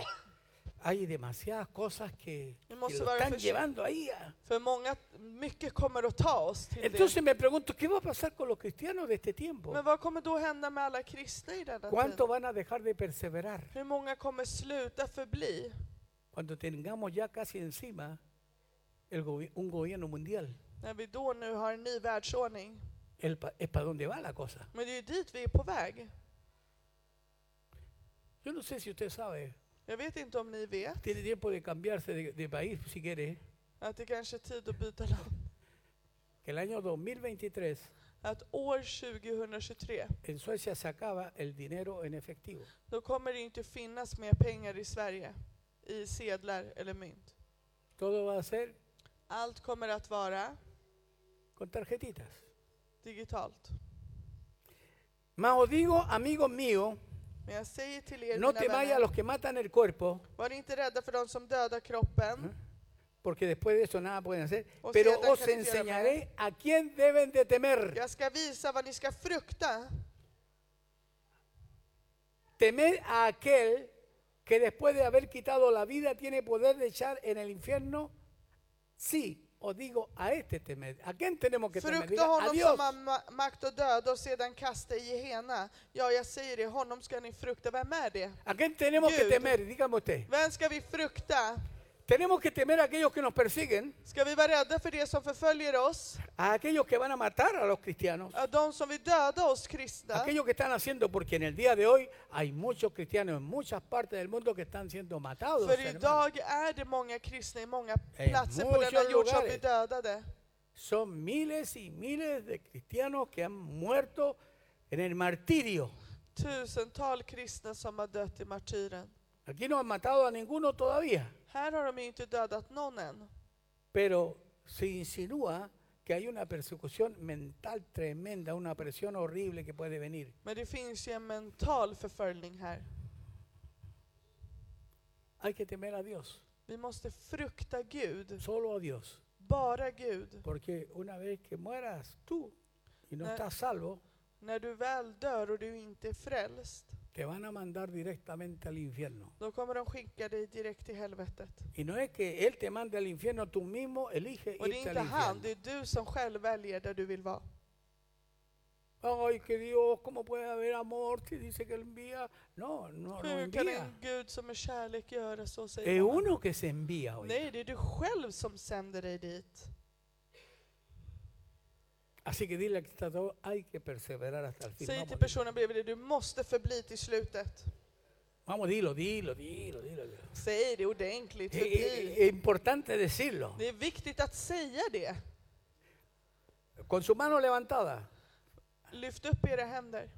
Speaker 1: hay demasiadas cosas que, que lo
Speaker 2: Hemos hablado
Speaker 1: están
Speaker 2: de-
Speaker 1: llevando ahí. a-
Speaker 2: För många, mycket kommer att ta oss till det.
Speaker 1: Entonces me pregunto, ¿qué va a pasar con los cristianos de este tiempo?
Speaker 2: Men vad kommer då hända med alla kristna i denna
Speaker 1: ¿Cuánto
Speaker 2: tid?
Speaker 1: van a dejar de perseverar
Speaker 2: Hur många kommer sluta förbli
Speaker 1: cuando tengamos ya casi encima el gobi- un gobierno mundial?
Speaker 2: när vi då nu har en ny världsordning?
Speaker 1: El pa- es para dónde va la cosa.
Speaker 2: Men det är ju dit vi är på väg.
Speaker 1: Yo no sé si usted sabe,
Speaker 2: Jag vet inte om ni vet
Speaker 1: tiene tiempo de cambiarse de, de país si quiere,
Speaker 2: att det kanske är tid att byta land.
Speaker 1: que el año 2023
Speaker 2: Att år 2023,
Speaker 1: en Suecia se acaba el dinero en efectivo.
Speaker 2: då kommer det inte finnas mer pengar i Sverige i sedlar eller mynt.
Speaker 1: Todo va a ser
Speaker 2: Allt kommer att vara
Speaker 1: con tarjetitas.
Speaker 2: digitalt.
Speaker 1: Mas os digo, amigos míos,
Speaker 2: Men jag säger till er,
Speaker 1: no
Speaker 2: mina
Speaker 1: temáis a
Speaker 2: vänner,
Speaker 1: los que matan el cuerpo,
Speaker 2: var inte rädda för de som dödar kroppen.
Speaker 1: porque después de eso nada pueden hacer,
Speaker 2: O
Speaker 1: pero
Speaker 2: sea, tan
Speaker 1: os
Speaker 2: cantidad de
Speaker 1: enseñaré a quién deben de temer.
Speaker 2: Jag ska visa vad ni ska frukta.
Speaker 1: Temed a aquel que después de haber quitado la vida tiene poder de echar en el infierno. Sí, os digo, a este temed. ¿A quién tenemos que temer?
Speaker 2: Frukta
Speaker 1: Diga, a
Speaker 2: honom som
Speaker 1: Dios.
Speaker 2: har ma- makt att döda och sedan kasta i Gehenna. Ja, jag säger det, honom ska ni frukta. Vem är det?
Speaker 1: ¿A quién tenemos que
Speaker 2: Dios.
Speaker 1: temer? Dígame usted.
Speaker 2: Vem ska vi frukta?
Speaker 1: Tenemos que temer a aquellos que nos persiguen,
Speaker 2: Ska vi vara rädda för det som förföljer oss?
Speaker 1: a aquellos que van a matar a los cristianos,
Speaker 2: Ja, De som vill döda oss kristna?
Speaker 1: aquellos que están haciendo, porque en el día de hoy hay muchos cristianos en muchas partes del mundo que están siendo matados.
Speaker 2: För
Speaker 1: hermano.
Speaker 2: idag är det många kristna i många
Speaker 1: Eh,
Speaker 2: platser på denna
Speaker 1: muchos
Speaker 2: jord som
Speaker 1: lugares.
Speaker 2: blir dödade.
Speaker 1: Son miles y miles de cristianos que han muerto en el martirio.
Speaker 2: Tusental kristna som har dött i martyren.
Speaker 1: Aquí no han matado a ninguno todavía,
Speaker 2: Här har de ju inte dödat någon än.
Speaker 1: pero se insinúa que hay una persecución mental tremenda, una presión horrible que puede venir.
Speaker 2: Men det finns ju en mental förföljning här.
Speaker 1: Hay que temer a Dios,
Speaker 2: Vi måste frukta Gud,
Speaker 1: solo a Dios,
Speaker 2: bara Gud.
Speaker 1: porque una vez que mueras tú y no
Speaker 2: Eh.
Speaker 1: estás salvo,
Speaker 2: När du väl dör och du inte är frälst,
Speaker 1: te van a mandar directamente al infierno.
Speaker 2: då kommer de skicka dig direkt till helvetet.
Speaker 1: Y no es que Él te mande al infierno, tú mismo eliges
Speaker 2: Och det är
Speaker 1: irte
Speaker 2: inte
Speaker 1: al
Speaker 2: han,
Speaker 1: infierno.
Speaker 2: det är du som själv väljer där du vill vara.
Speaker 1: Ay, que Dios, ¿cómo puede haber amor si dice que Él envía? No, no, no
Speaker 2: Hur kan en
Speaker 1: envía.
Speaker 2: Gud som är kärlek göra så, säger
Speaker 1: Es
Speaker 2: han.
Speaker 1: uno que se envía hoy.
Speaker 2: Nej, det är du själv som sänder dig dit.
Speaker 1: Así que dile al que está todo, hay que perseverar hasta el fin.
Speaker 2: Säg till
Speaker 1: Vamos, dilo.
Speaker 2: personen bredvid dig, du måste förbli till slutet.
Speaker 1: Vamos, dilo, dilo, dilo, dilo. dilo.
Speaker 2: Säg det ordentligt,
Speaker 1: Eh, eh,
Speaker 2: förbli.
Speaker 1: eh, Es importante decirlo.
Speaker 2: Det är viktigt att säga det.
Speaker 1: Con su mano levantada,
Speaker 2: Lyft upp era händer.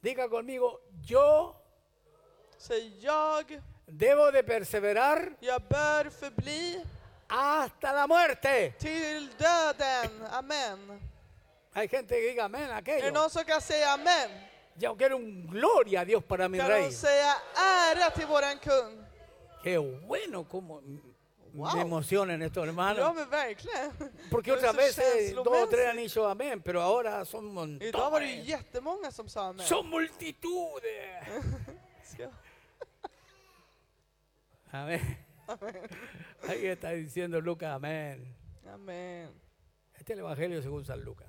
Speaker 1: diga conmigo, yo
Speaker 2: Säg jag,
Speaker 1: debo de perseverar
Speaker 2: jag bör förbli
Speaker 1: hasta la muerte.
Speaker 2: till döden. Amen.
Speaker 1: Hay gente que diga amén a
Speaker 2: Är det
Speaker 1: aquello.
Speaker 2: någon som kan säga amen?
Speaker 1: Yo quiero un gloria a Dios para mi
Speaker 2: Kan
Speaker 1: rey.
Speaker 2: de säga ära till våran kung?
Speaker 1: Qué bueno como m-
Speaker 2: Wow.
Speaker 1: me emocionan estos
Speaker 2: Ja
Speaker 1: hermanos.
Speaker 2: men verkligen.
Speaker 1: Porque
Speaker 2: Det är
Speaker 1: otras
Speaker 2: så
Speaker 1: veces dos o tres han
Speaker 2: känslomässigt.
Speaker 1: dicho amén, pero ahora son
Speaker 2: Idag var det ju
Speaker 1: montones.
Speaker 2: jättemånga som sa amen.
Speaker 1: Son multitudes.
Speaker 2: Ska-
Speaker 1: Amén. Ahí está diciendo Lucas, amén.
Speaker 2: Amen.
Speaker 1: Este es el Evangelio según San Lucas.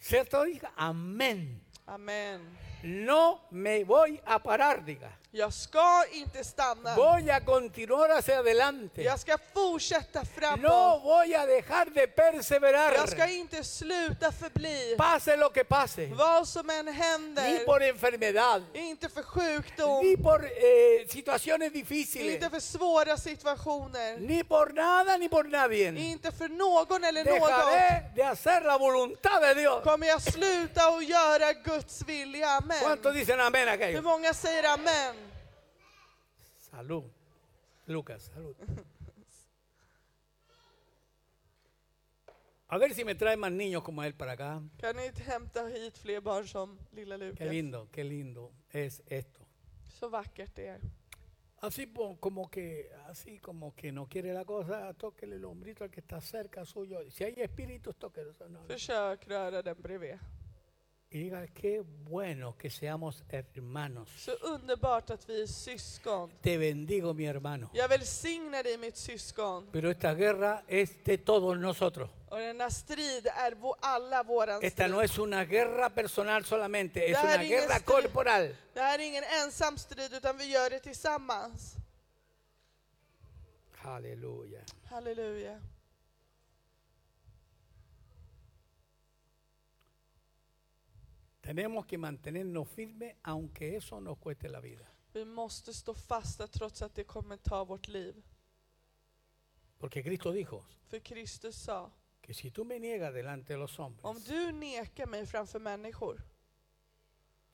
Speaker 1: ¿Cierto? Diga, amén.
Speaker 2: Amen.
Speaker 1: No me voy a parar, diga.
Speaker 2: Jag ska inte stanna.
Speaker 1: Voy a continuar hacia adelante.
Speaker 2: Jag ska fortsätta
Speaker 1: No
Speaker 2: framåt.
Speaker 1: voy a dejar de perseverar.
Speaker 2: Jag ska inte sluta förbli.
Speaker 1: Pase lo que pase.
Speaker 2: Vad som än
Speaker 1: Ni
Speaker 2: händer.
Speaker 1: por enfermedad.
Speaker 2: Inte för sjukdom.
Speaker 1: Ni por eh, situaciones difíciles.
Speaker 2: Inte för svåra situationer.
Speaker 1: Ni por nada, ni por nadie.
Speaker 2: Inte för någon eller något.
Speaker 1: Dejaré de hacer la voluntad de Dios.
Speaker 2: kommer jag sluta och göra Guds vilja. Amen.
Speaker 1: ¿Cuántos dicen amén
Speaker 2: Hur
Speaker 1: aquello?
Speaker 2: många säger amen?
Speaker 1: Salud. Lucas, salud. A ver si me trae más niños como él para acá.
Speaker 2: Kan ni inte hämta hit fler barn som lilla
Speaker 1: Qué
Speaker 2: Lukas?
Speaker 1: lindo, qué lindo es esto.
Speaker 2: Så vackert det är.
Speaker 1: Así po- como que, así como que no quiere la cosa, tóquele el hombrito al que está cerca suyo. Si hay espíritus, tóquelo. No, no.
Speaker 2: Försök röra den bredvid.
Speaker 1: Y diga, qué bueno que seamos hermanos.
Speaker 2: Så underbart att vi är syskon.
Speaker 1: Te bendigo, mi hermano.
Speaker 2: Jag välsignar dig mitt syskon.
Speaker 1: Pero esta guerra es de todos nosotros.
Speaker 2: Och denna strid är vå- alla våran
Speaker 1: Esta
Speaker 2: strid.
Speaker 1: no es una guerra personal solamente, es
Speaker 2: Dar
Speaker 1: una
Speaker 2: en
Speaker 1: guerra
Speaker 2: este-
Speaker 1: corporal.
Speaker 2: Det här är ingen ensam strid utan vi gör det tillsammans.
Speaker 1: Aleluya.
Speaker 2: Halleluja.
Speaker 1: Tenemos que mantenernos firmes aunque eso nos cueste la vida.
Speaker 2: Vi måste stå fasta trots att det kommer ta vårt liv.
Speaker 1: Porque Cristo dijo
Speaker 2: För Kristus sa,
Speaker 1: que si tú me niegas delante de los hombres,
Speaker 2: om du nekar mig framför människor,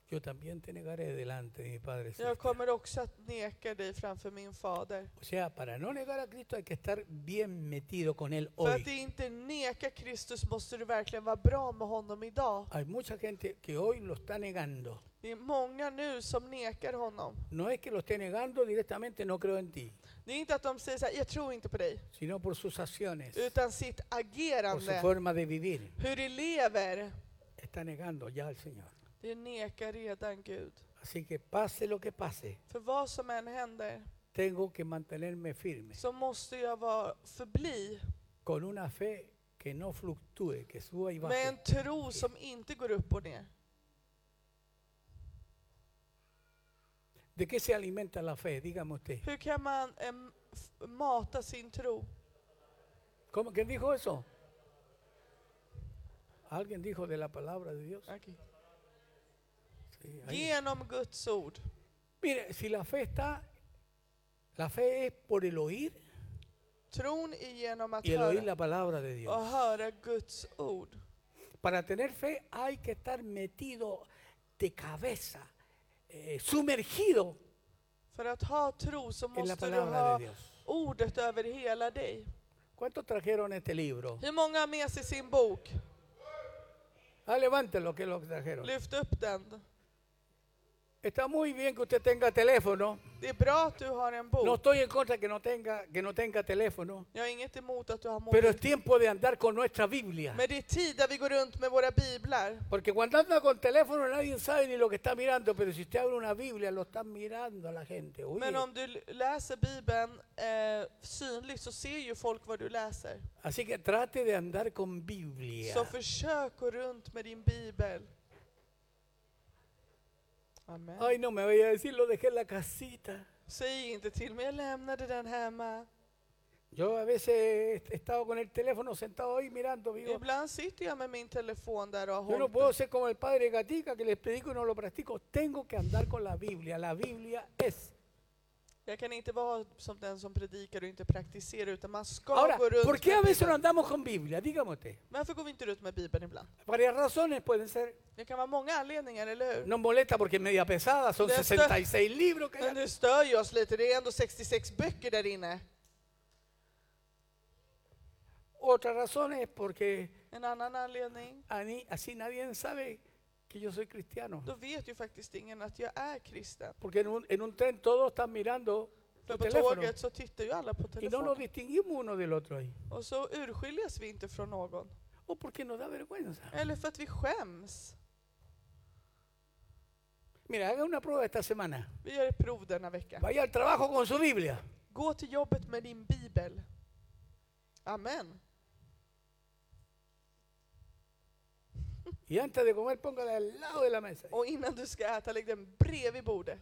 Speaker 1: yo también te negaré delante de mi Padre.
Speaker 2: jag
Speaker 1: celestial.
Speaker 2: kommer också att neka dig framför min fader.
Speaker 1: O sea, para no negar a Cristo hay que estar bien metido con Él
Speaker 2: För att
Speaker 1: hoy.
Speaker 2: inte neka Kristus måste du verkligen vara bra med honom idag.
Speaker 1: Hay mucha gente que hoy lo está negando.
Speaker 2: Det är många nu som nekar honom.
Speaker 1: No es que lo esté negando directamente, no creo en ti,
Speaker 2: Det är inte att de säger så här, jag tror inte på dig,
Speaker 1: sino por sus acciones,
Speaker 2: utan sitt
Speaker 1: por su
Speaker 2: agerande,
Speaker 1: forma de vivir.
Speaker 2: hur de lever.
Speaker 1: Está negando ya al Señor.
Speaker 2: Det nekar redan Gud.
Speaker 1: Así que pase lo que pase,
Speaker 2: För vad som än händer
Speaker 1: tengo que mantenerme firme,
Speaker 2: så måste jag vara, förbli
Speaker 1: con una fe que no fluctúe, que suba y
Speaker 2: med
Speaker 1: baje.
Speaker 2: en tro som inte går upp och ner.
Speaker 1: ¿De qué se alimenta la fe? Dígame usted.
Speaker 2: Hur kan man em, f- mata sin tro?
Speaker 1: ¿Cómo? ¿Quién dijo eso? ¿Alguien dijo de la palabra de
Speaker 2: Ah,
Speaker 1: Dios? Sí, ahí.
Speaker 2: Genom Guds ord.
Speaker 1: Mire, si la fe está, la fe es por el oír
Speaker 2: Tron är genom att
Speaker 1: y el oír
Speaker 2: höra
Speaker 1: la palabra de
Speaker 2: och
Speaker 1: Dios.
Speaker 2: höra Guds ord.
Speaker 1: Para tener fe hay que estar metido de cabeza, eh, sumergido
Speaker 2: För att ha tro så
Speaker 1: en la
Speaker 2: måste du
Speaker 1: palabra
Speaker 2: ha
Speaker 1: de Dios.
Speaker 2: ordet över hela dig.
Speaker 1: ¿Cuántos trajeron este libro?
Speaker 2: Hur många har med sig sin bok?
Speaker 1: Ah, levántelo que lo trajeron.
Speaker 2: Lyft upp den.
Speaker 1: Está muy bien que usted tenga teléfono.
Speaker 2: Det är bra att du har en
Speaker 1: No
Speaker 2: bok.
Speaker 1: estoy en contra que no tenga, que no tenga teléfono.
Speaker 2: Jag har inget emot att du har
Speaker 1: Pero
Speaker 2: mobil.
Speaker 1: es tiempo de andar con nuestra Biblia.
Speaker 2: Men det är tid där vi går runt med våra biblar.
Speaker 1: Porque cuando anda con teléfono nadie sabe ni lo que está mirando, pero si usted abre una Biblia lo están mirando a la gente. Oye,
Speaker 2: Men om du l- läser Bibeln eh, synligt så ser ju folk vad du läser.
Speaker 1: Así que trate de andar con Biblia.
Speaker 2: Så försök gå runt med din bibel. Amen.
Speaker 1: Ay, no me voy a decir, lo dejé en la casita.
Speaker 2: Säg inte till mig, jag lämnade den hemma.
Speaker 1: Yo a veces he estado con el teléfono sentado ahí mirando, digo,
Speaker 2: Ibland sitter jag med min telefon där och har
Speaker 1: yo no
Speaker 2: hållit
Speaker 1: puedo
Speaker 2: den.
Speaker 1: ser como el padre Gatica que les predico y no lo practico. Tengo que andar con la Biblia. La Biblia es.
Speaker 2: Jag kan inte vara som den som predikar och inte praktiserar utan man ska
Speaker 1: Ahora,
Speaker 2: gå runt
Speaker 1: ¿por qué a
Speaker 2: med
Speaker 1: veces no
Speaker 2: bibeln.
Speaker 1: andamos con Biblia? Dígame usted.
Speaker 2: Varför går vi inte runt med bibeln ibland?
Speaker 1: Varias razones pueden ser.
Speaker 2: Det kan vara många anledningar, eller hur?
Speaker 1: No molesta porque es media pesada, son
Speaker 2: De esto-
Speaker 1: 66 libros que
Speaker 2: Men
Speaker 1: hay.
Speaker 2: det stör ju oss lite, det är ändå 66 böcker där inne.
Speaker 1: Otra razón es porque
Speaker 2: En annan anledning,
Speaker 1: a mí- así nadie sabe que yo soy cristiano.
Speaker 2: då vet ju faktiskt ingen att jag är kristen.
Speaker 1: Porque en un, en un tren todos están mirando
Speaker 2: För
Speaker 1: el
Speaker 2: på
Speaker 1: teléfono
Speaker 2: tåget så tittar ju alla på
Speaker 1: y no nos
Speaker 2: telefonen.
Speaker 1: distinguimos uno del otro ahí.
Speaker 2: Och så urskiljas vi inte från någon.
Speaker 1: O porque nos da vergüenza.
Speaker 2: Eller för att vi skäms.
Speaker 1: Mira, haga una prueba esta semana.
Speaker 2: Vi gör ett prov denna vecka.
Speaker 1: Vaya al trabajo con su Biblia.
Speaker 2: Gå till jobbet med din bibel. Amen.
Speaker 1: Y antes de comer, póngala al lado de la mesa.
Speaker 2: Och innan du ska äta, lägg den bredvid bordet.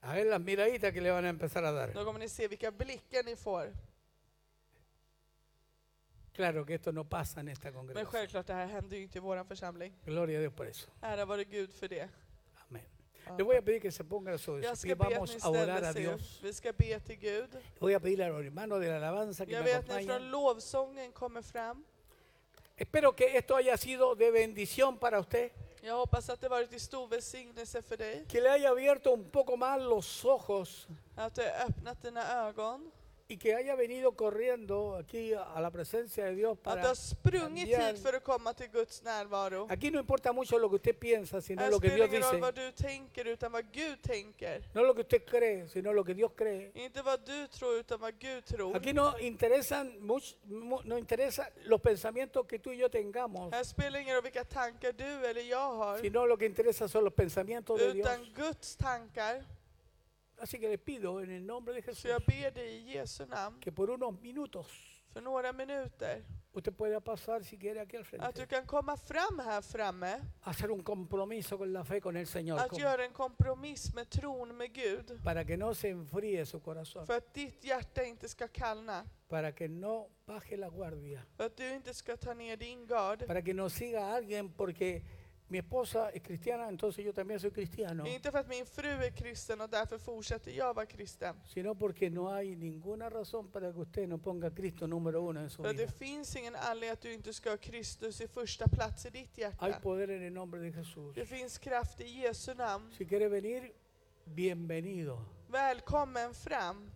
Speaker 1: A ver las miraditas que le van a empezar a dar.
Speaker 2: Då kommer ni se vilka blickar ni får.
Speaker 1: Claro que esto no pasa en esta
Speaker 2: Men
Speaker 1: congregación.
Speaker 2: självklart, det här händer ju inte i vår församling.
Speaker 1: Gloria a Dios por eso.
Speaker 2: Ära vare Gud för det.
Speaker 1: Amén.
Speaker 2: Ja.
Speaker 1: Le voy a pedir que se ponga sobre
Speaker 2: Jag
Speaker 1: su pie.
Speaker 2: ska be att ni
Speaker 1: Vamos a orar
Speaker 2: ställer
Speaker 1: a
Speaker 2: sig upp.
Speaker 1: Dios.
Speaker 2: Vi ska be till Gud.
Speaker 1: Voy a pedirle a los hermanos de la alabanza que
Speaker 2: Jag
Speaker 1: me
Speaker 2: vet att ni
Speaker 1: acompañen.
Speaker 2: från lovsången kommer fram.
Speaker 1: Espero que esto haya sido de bendición para usted,
Speaker 2: Jag hoppas att det varit till stor välsignelse för dig,
Speaker 1: que le haya abierto un poco más los ojos
Speaker 2: att du har öppnat dina ögon,
Speaker 1: y que haya venido corriendo aquí a a la presencia de Dios
Speaker 2: att du
Speaker 1: para
Speaker 2: har sprungit
Speaker 1: cambiar.
Speaker 2: hit för att komma till Guds närvaro.
Speaker 1: Aquí no importa mucho lo que usted piensa, sino
Speaker 2: Här
Speaker 1: lo que Dios
Speaker 2: spelar ingen roll
Speaker 1: dice.
Speaker 2: vad du tänker utan vad Gud tänker.
Speaker 1: No lo que usted cree, sino lo que Dios cree.
Speaker 2: Inte vad du tror utan vad Gud tror.
Speaker 1: Aquí no interesan much- mu- no interesa los pensamientos que tú y yo tengamos,
Speaker 2: Här spelar ingen roll vilka tankar du eller jag har
Speaker 1: sino lo que interesa son los pensamientos de Dios.
Speaker 2: utan Guds tankar.
Speaker 1: Así que le pido en el nombre de
Speaker 2: Så
Speaker 1: Jesús
Speaker 2: jag ber dig i Jesu namn
Speaker 1: que por unos minutos
Speaker 2: för några minuter
Speaker 1: usted pueda pasar si quiere aquí al
Speaker 2: att du
Speaker 1: frente,
Speaker 2: kan komma fram här framme,
Speaker 1: hacer un compromiso con la fe con el Señor,
Speaker 2: att
Speaker 1: con-
Speaker 2: göra en kompromiss med tron med Gud
Speaker 1: para que no se enfríe su corazón,
Speaker 2: för att ditt hjärta inte ska kallna,
Speaker 1: para que no baje la guardia.
Speaker 2: för att du inte ska ta ner din gard.
Speaker 1: para que nos siga alguien porque mi esposa es cristiana, entonces yo también soy cristiano,
Speaker 2: Inte för att min fru är kristen och därför fortsätter jag vara kristen.
Speaker 1: sino porque no hay ninguna razón para que usted no ponga a Cristo número uno en su
Speaker 2: För att
Speaker 1: vida.
Speaker 2: det finns ingen anledning att du inte ska ha Kristus i första plats i ditt
Speaker 1: Hay
Speaker 2: hjärta.
Speaker 1: poder en el nombre de Jesús.
Speaker 2: Det finns kraft i Jesu namn.
Speaker 1: Si quiere venir, bienvenido.
Speaker 2: Välkommen fram.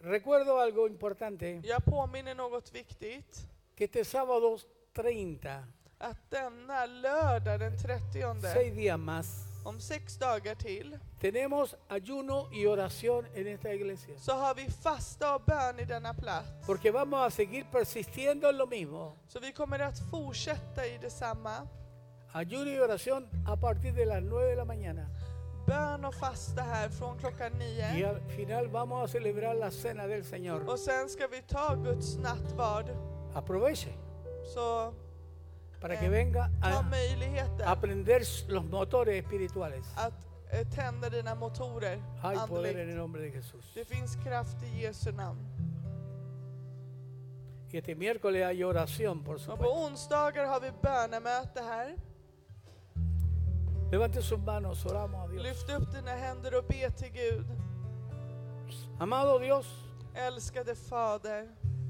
Speaker 1: Recuerdo algo importante,
Speaker 2: Jag påminner något viktigt.
Speaker 1: que este sábado 30,
Speaker 2: Att denna lördag den 30,
Speaker 1: seis días más,
Speaker 2: om sex dagar till,
Speaker 1: tenemos ayuno y oración en esta iglesia.
Speaker 2: så har vi fasta och bön i denna plats.
Speaker 1: Porque vamos a seguir persistiendo en lo mismo.
Speaker 2: Så vi kommer att fortsätta i detsamma.
Speaker 1: Ayuno y oración a partir de las 9 de la mañana.
Speaker 2: Bön och fasta här från klockan
Speaker 1: Y
Speaker 2: nio.
Speaker 1: al final vamos a celebrar la cena del Señor.
Speaker 2: Och sen ska vi ta Guds nattvard.
Speaker 1: Aproveche
Speaker 2: Så
Speaker 1: para que venga
Speaker 2: ta
Speaker 1: a
Speaker 2: möjligheten
Speaker 1: aprender los motores espirituales.
Speaker 2: att eh, tända dina motorer
Speaker 1: Hay poder en
Speaker 2: andligt.
Speaker 1: el nombre de Jesús.
Speaker 2: Det finns kraft i Jesu namn.
Speaker 1: Y este miércoles hay oración, por
Speaker 2: Och på
Speaker 1: supuesto.
Speaker 2: onsdagar har vi bönemöte här.
Speaker 1: Levante sus manos, oramos a Dios.
Speaker 2: Lyft upp dina händer och be till Gud.
Speaker 1: Amado Dios,
Speaker 2: Älskade Fader.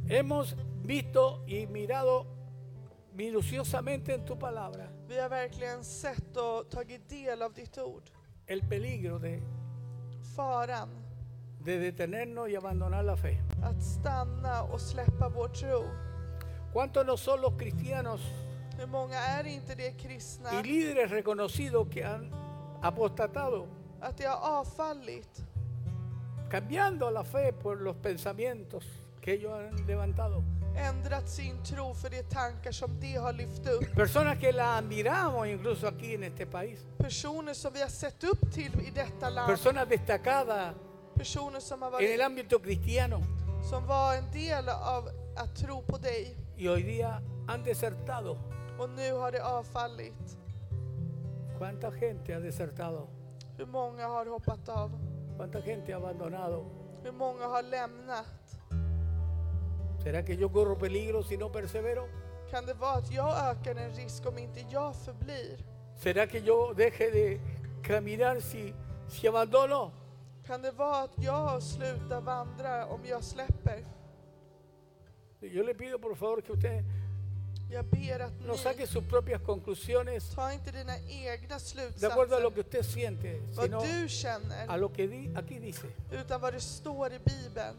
Speaker 1: hemos visto y mirado minuciosamente en tu palabra
Speaker 2: Vi har verkligen sett och tagit del av ditt ord.
Speaker 1: el peligro de,
Speaker 2: Faran
Speaker 1: de detenernos y abandonar la fe.
Speaker 2: att stanna och släppa vår tro.
Speaker 1: ¿Cuántos no son los cristianos
Speaker 2: Hur många är inte det kristna?
Speaker 1: y líderes reconocidos que han apostatado?
Speaker 2: Att det har avfallit.
Speaker 1: cambiando la fe por los pensamientos que ellos han levantado.
Speaker 2: Ändrat sin tro för de tankar som de har lyft upp.
Speaker 1: Personas que la admiramos incluso aquí en este país.
Speaker 2: Personer som vi har sett upp till i detta land.
Speaker 1: Personas destacadas
Speaker 2: Personer som, har
Speaker 1: en el
Speaker 2: varit,
Speaker 1: ámbito cristiano
Speaker 2: som var en del av att tro på dig.
Speaker 1: y hoy día han desertado.
Speaker 2: Och nu har det avfallit.
Speaker 1: ¿Cuánta gente ha desertado?
Speaker 2: Hur många har hoppat av?
Speaker 1: ¿Cuánta gente ha abandonado?
Speaker 2: Hur många har lämnat?
Speaker 1: ¿Será que yo corro peligro si no persevero?
Speaker 2: Kan det vara att jag ökar en risk om inte jag förblir?
Speaker 1: ¿Será que yo deje de caminar si, si abandono?
Speaker 2: Kan det vara att jag slutar vandra om jag släpper?
Speaker 1: Yo le pido por favor que usted
Speaker 2: Jag ber att
Speaker 1: no saque
Speaker 2: ni,
Speaker 1: sus propias conclusiones
Speaker 2: ta inte dina egna
Speaker 1: de acuerdo a lo que
Speaker 2: slutsatser,
Speaker 1: usted siente, sino
Speaker 2: vad du
Speaker 1: a
Speaker 2: känner,
Speaker 1: lo que di- aquí dice.
Speaker 2: utan vad det står i Bibeln.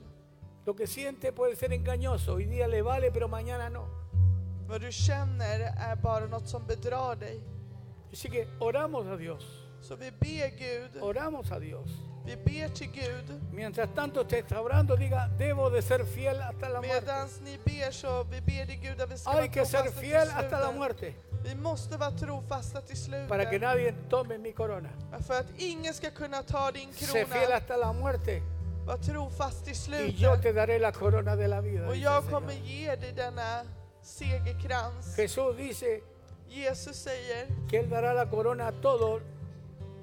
Speaker 1: Lo que siente puede ser engañoso, hoy día le vale, pero mañana no.
Speaker 2: Vad du känner är bara något som bedrar dig.
Speaker 1: Así que oramos a Dios,
Speaker 2: Så vi ber Gud,
Speaker 1: oramos a Dios.
Speaker 2: vi ber till Gud.
Speaker 1: Mientras tanto usted está orando, diga, debo de ser fiel hasta la muerte.
Speaker 2: Medans ni ber så, vi ber till Gud att vi ska vara
Speaker 1: Hay que
Speaker 2: trofasta
Speaker 1: ser
Speaker 2: till
Speaker 1: fiel hasta la
Speaker 2: slutet.
Speaker 1: muerte
Speaker 2: Vi måste vara trofasta till
Speaker 1: para que
Speaker 2: slutet.
Speaker 1: nadie tome mi corona.
Speaker 2: För att ingen ska kunna ta din
Speaker 1: Sé fiel
Speaker 2: krona.
Speaker 1: hasta la muerte
Speaker 2: Var trofast till
Speaker 1: y yo
Speaker 2: slutet.
Speaker 1: te daré la corona de la vida.
Speaker 2: Och
Speaker 1: dice el
Speaker 2: jag
Speaker 1: Señor.
Speaker 2: kommer ge dig denna segerkrans.
Speaker 1: Jesús dice
Speaker 2: Jesus säger
Speaker 1: que Él dará la corona a todos,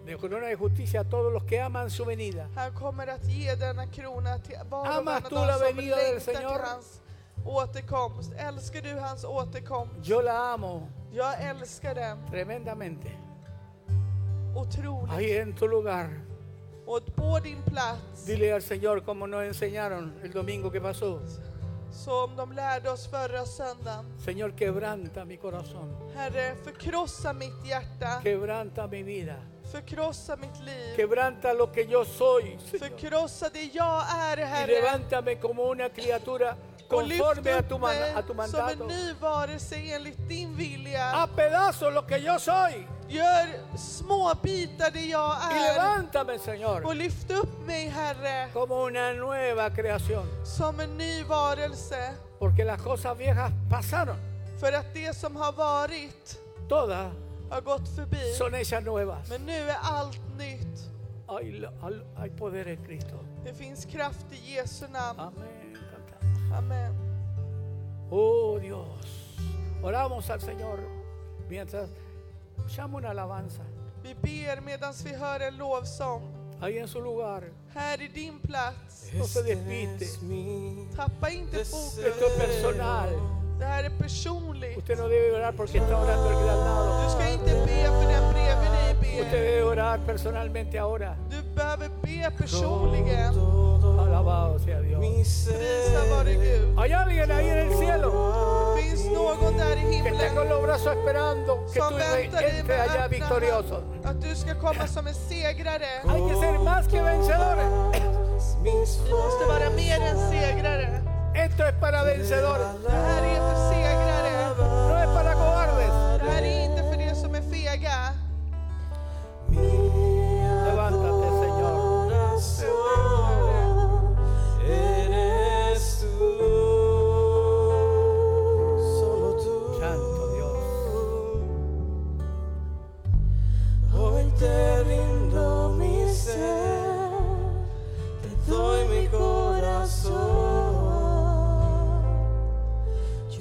Speaker 1: de corona de justicia a todos los que aman su venida.
Speaker 2: han kommer att ge denna krona till var och
Speaker 1: Amas
Speaker 2: varannan
Speaker 1: tú la
Speaker 2: dag som
Speaker 1: venida del
Speaker 2: längtar till
Speaker 1: Señor?
Speaker 2: hans återkomst. Älskar du hans återkomst?
Speaker 1: Yo la amo
Speaker 2: Jag älskar den
Speaker 1: tremendamente.
Speaker 2: otroligt.
Speaker 1: Ahí en tu lugar.
Speaker 2: Och på din plats,
Speaker 1: Dile al Señor como nos enseñaron el domingo que pasó.
Speaker 2: Som de lärde oss förra söndagen.
Speaker 1: Señor, quebranta mi corazón,
Speaker 2: Herre, förkrossa mitt hjärta,
Speaker 1: quebranta mi vida,
Speaker 2: förkrossa mitt liv,
Speaker 1: quebranta lo que yo soy, Señor.
Speaker 2: förkrossa det jag är,
Speaker 1: y
Speaker 2: Herre.
Speaker 1: levántame como una criatura
Speaker 2: Och lyft
Speaker 1: conforme a tu,
Speaker 2: upp
Speaker 1: man-
Speaker 2: mig
Speaker 1: a tu
Speaker 2: som en
Speaker 1: mandato.
Speaker 2: ny varelse enligt din vilja.
Speaker 1: A pedazos lo que yo soy.
Speaker 2: Gör små bitar det jag
Speaker 1: Y
Speaker 2: är.
Speaker 1: levántame,
Speaker 2: Och
Speaker 1: Señor,
Speaker 2: lyft upp mig, Herre,
Speaker 1: como una nueva creación.
Speaker 2: som en ny varelse.
Speaker 1: Porque las cosas viejas pasaron.
Speaker 2: För att det som har varit
Speaker 1: Todas
Speaker 2: har gått förbi.
Speaker 1: son ellas nuevas.
Speaker 2: Men nu är allt nytt.
Speaker 1: Hay, lo- hay- hay poder en Cristo.
Speaker 2: Det finns kraft i Jesu namn.
Speaker 1: Amén. Cantamos.
Speaker 2: Amen.
Speaker 1: Oh Dios. Oramos al Señor mientras llama una alabanza.
Speaker 2: Vi ber medan vi hör en lovsång.
Speaker 1: Ahí en su lugar.
Speaker 2: Här i din plats.
Speaker 1: No se despiste.
Speaker 2: Tappa inte
Speaker 1: Esto es
Speaker 2: fokus.
Speaker 1: personal.
Speaker 2: Det här är personligt.
Speaker 1: Usted no debe orar porque está orando el de al lado.
Speaker 2: Du ska inte be för den bredvid dig
Speaker 1: Usted
Speaker 2: ber.
Speaker 1: debe orar personalmente ahora.
Speaker 2: Du behöver be personligen.
Speaker 1: Alabado sea Dios.
Speaker 2: Prisa vare Gud.
Speaker 1: Hay alguien ahí en el cielo
Speaker 2: Det finns någon där i
Speaker 1: que está
Speaker 2: himlen
Speaker 1: con los brazos esperando que
Speaker 2: som
Speaker 1: tú
Speaker 2: väntar dig
Speaker 1: entres
Speaker 2: med
Speaker 1: allá
Speaker 2: öppna
Speaker 1: victorioso.
Speaker 2: hand. Att du ska komma som en segrare.
Speaker 1: Hay que ser más que vencedores.
Speaker 2: Du måste vara mer än segrare.
Speaker 1: Esto es para vencedores,
Speaker 2: Det här är för segrare.
Speaker 1: no es para cobardes.
Speaker 2: Det här är inte för det som är fega.
Speaker 1: Levántate, Señor.
Speaker 3: Eres tú, solo tú.
Speaker 1: Santo Dios.
Speaker 3: Hoy te rindo mi ser, te doy mi corazón.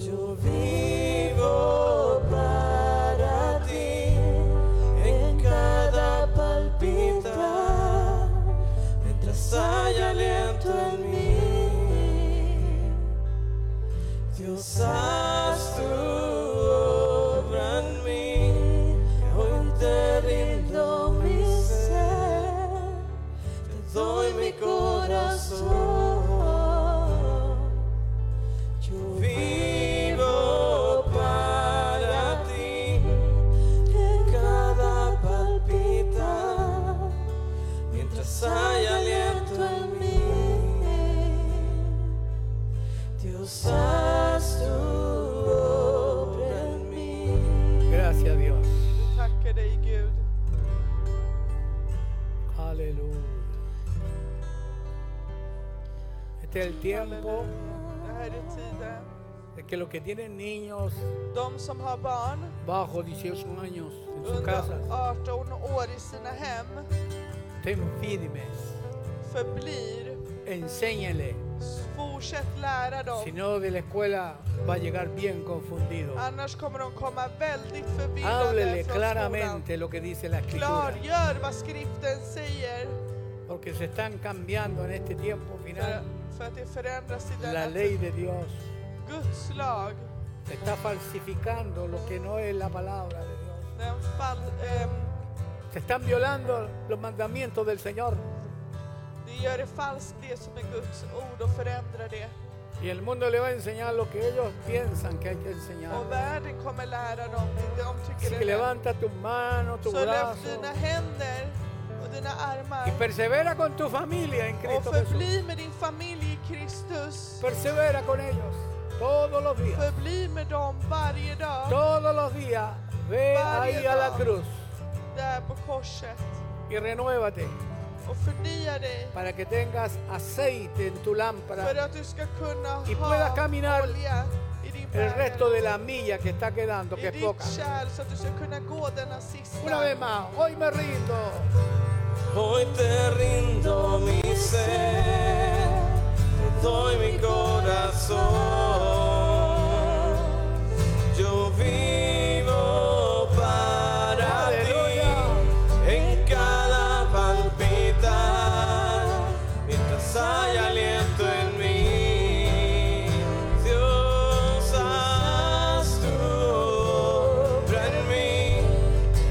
Speaker 3: Yo vivo para ti en cada palpitar, mientras hay aliento en mí. Dios, haz tu obra en mí. Hoy te rindo mi ser, te doy mi corazón. Yo vivo para ti en cada palpitar, mientras hay aliento en mí. Dios, haz tu obra en mí.
Speaker 1: Gracias, Dios.
Speaker 2: Vi tackar dig Gud.
Speaker 1: Aleluya. Este es el tiempo
Speaker 2: Det här är tiden.
Speaker 1: de que los que tienen niños
Speaker 2: De som har barn
Speaker 1: bajo 18 años en sus casas,
Speaker 2: under 18 år i sina hem
Speaker 1: estén firmes.
Speaker 2: förblir.
Speaker 1: Enséñele.
Speaker 2: Fortsätt lära
Speaker 1: Si
Speaker 2: dem.
Speaker 1: no, de la escuela va a llegar bien confundido.
Speaker 2: Annars kommer de komma väldigt
Speaker 1: Háblele
Speaker 2: förvirrade från skolan.
Speaker 1: claramente lo que dice la escritura.
Speaker 2: Klargör vad skriften säger.
Speaker 1: Porque se están cambiando en este tiempo
Speaker 2: För,
Speaker 1: final
Speaker 2: för att det förändras i
Speaker 1: la
Speaker 2: denna
Speaker 1: ley
Speaker 2: tid.
Speaker 1: de Dios.
Speaker 2: Guds lag.
Speaker 1: Se está falsificando lo que no es la palabra de Dios.
Speaker 2: Den fall, ehm,
Speaker 1: Se están violando los mandamientos del Señor.
Speaker 2: det gör det falskt det som är Guds ord och förändrar det.
Speaker 1: Y el mundo le va a enseñar lo que ellos piensan que hay que enseñar.
Speaker 2: Och världen kommer lära dem det de
Speaker 1: Así
Speaker 2: tycker
Speaker 1: que
Speaker 2: är rätt.
Speaker 1: levanta tus manos, tus
Speaker 2: Så lyft
Speaker 1: brazos.
Speaker 2: dina händer och dina
Speaker 1: Y
Speaker 2: armar
Speaker 1: persevera con tu familia en
Speaker 2: och
Speaker 1: Cristo Jesús.
Speaker 2: förbli med din familj i Kristus.
Speaker 1: Persevera con ellos todos los días.
Speaker 2: Förbli med dem varje dag
Speaker 1: Todos los días ve ahí a la cruz
Speaker 2: där på korset
Speaker 1: y renuévate
Speaker 2: och förnya dig
Speaker 1: para que tengas aceite en tu
Speaker 2: för
Speaker 1: lámpara
Speaker 2: att du ska kunna
Speaker 1: Y puedas
Speaker 2: ha
Speaker 1: caminar
Speaker 2: olja i din
Speaker 1: el resto
Speaker 2: bägare,
Speaker 1: de la milla que está quedando, que
Speaker 2: i
Speaker 1: es poca.
Speaker 2: ditt kärl så att du ska kunna gå denna
Speaker 1: Una vez
Speaker 2: sista.
Speaker 1: más, hoy me rindo.
Speaker 3: Hoy te rindo mi ser, te doy mi corazón. Yo vivo para
Speaker 1: Aleluya.
Speaker 3: ti en cada palpitar, mientras hay aliento en mí. Dios, haz tu obra en mí.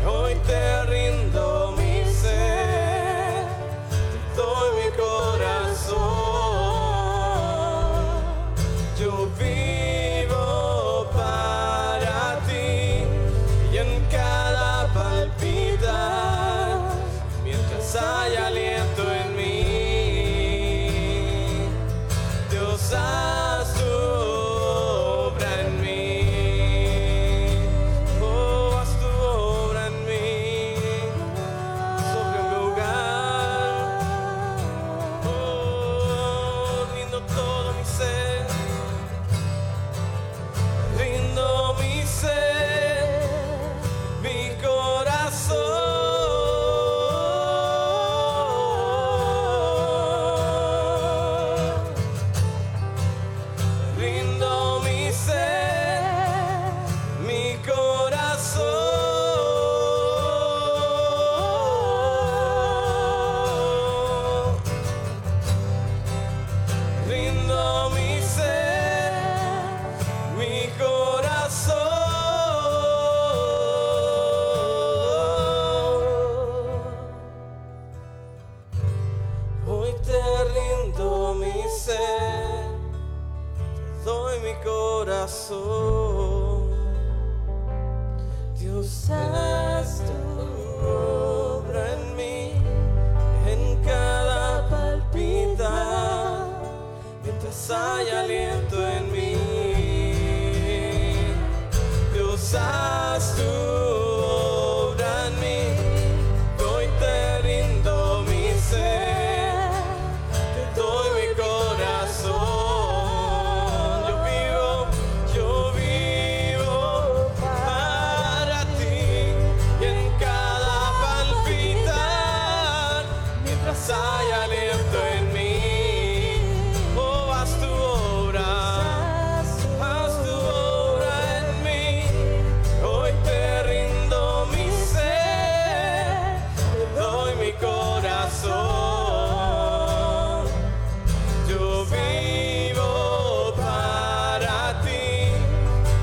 Speaker 3: Hoy te rindo mi ser, te doy Oh, Oh, te rindo mi ser, te doy mi corazón. Dios, haz tu obra en mí, en cada palpitar, mientras hay aliento en mí. Dios, haz tu obra en mí, hoy te rindo mi ser, te doy mi corazón. Yo vivo, yo vivo para ti y en cada palpitar, mientras hay aliento en mí, oh, haz tu obra, haz tu obra en mí, hoy te rindo mi ser, te doy mi corazón. Yo vivo para ti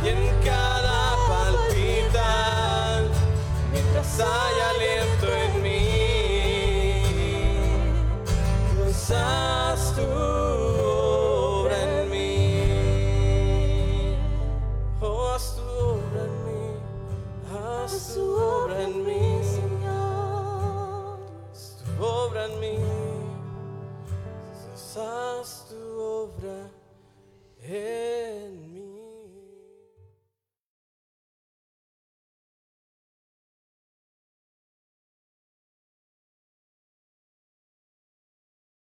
Speaker 3: y en cada palpitar, mientras hay aliento en mí, Dios, haz tu obra en mí. Oh, haz tu obra en mí, haz tu obra en mí, haz tu obra en mí. Haz tu obra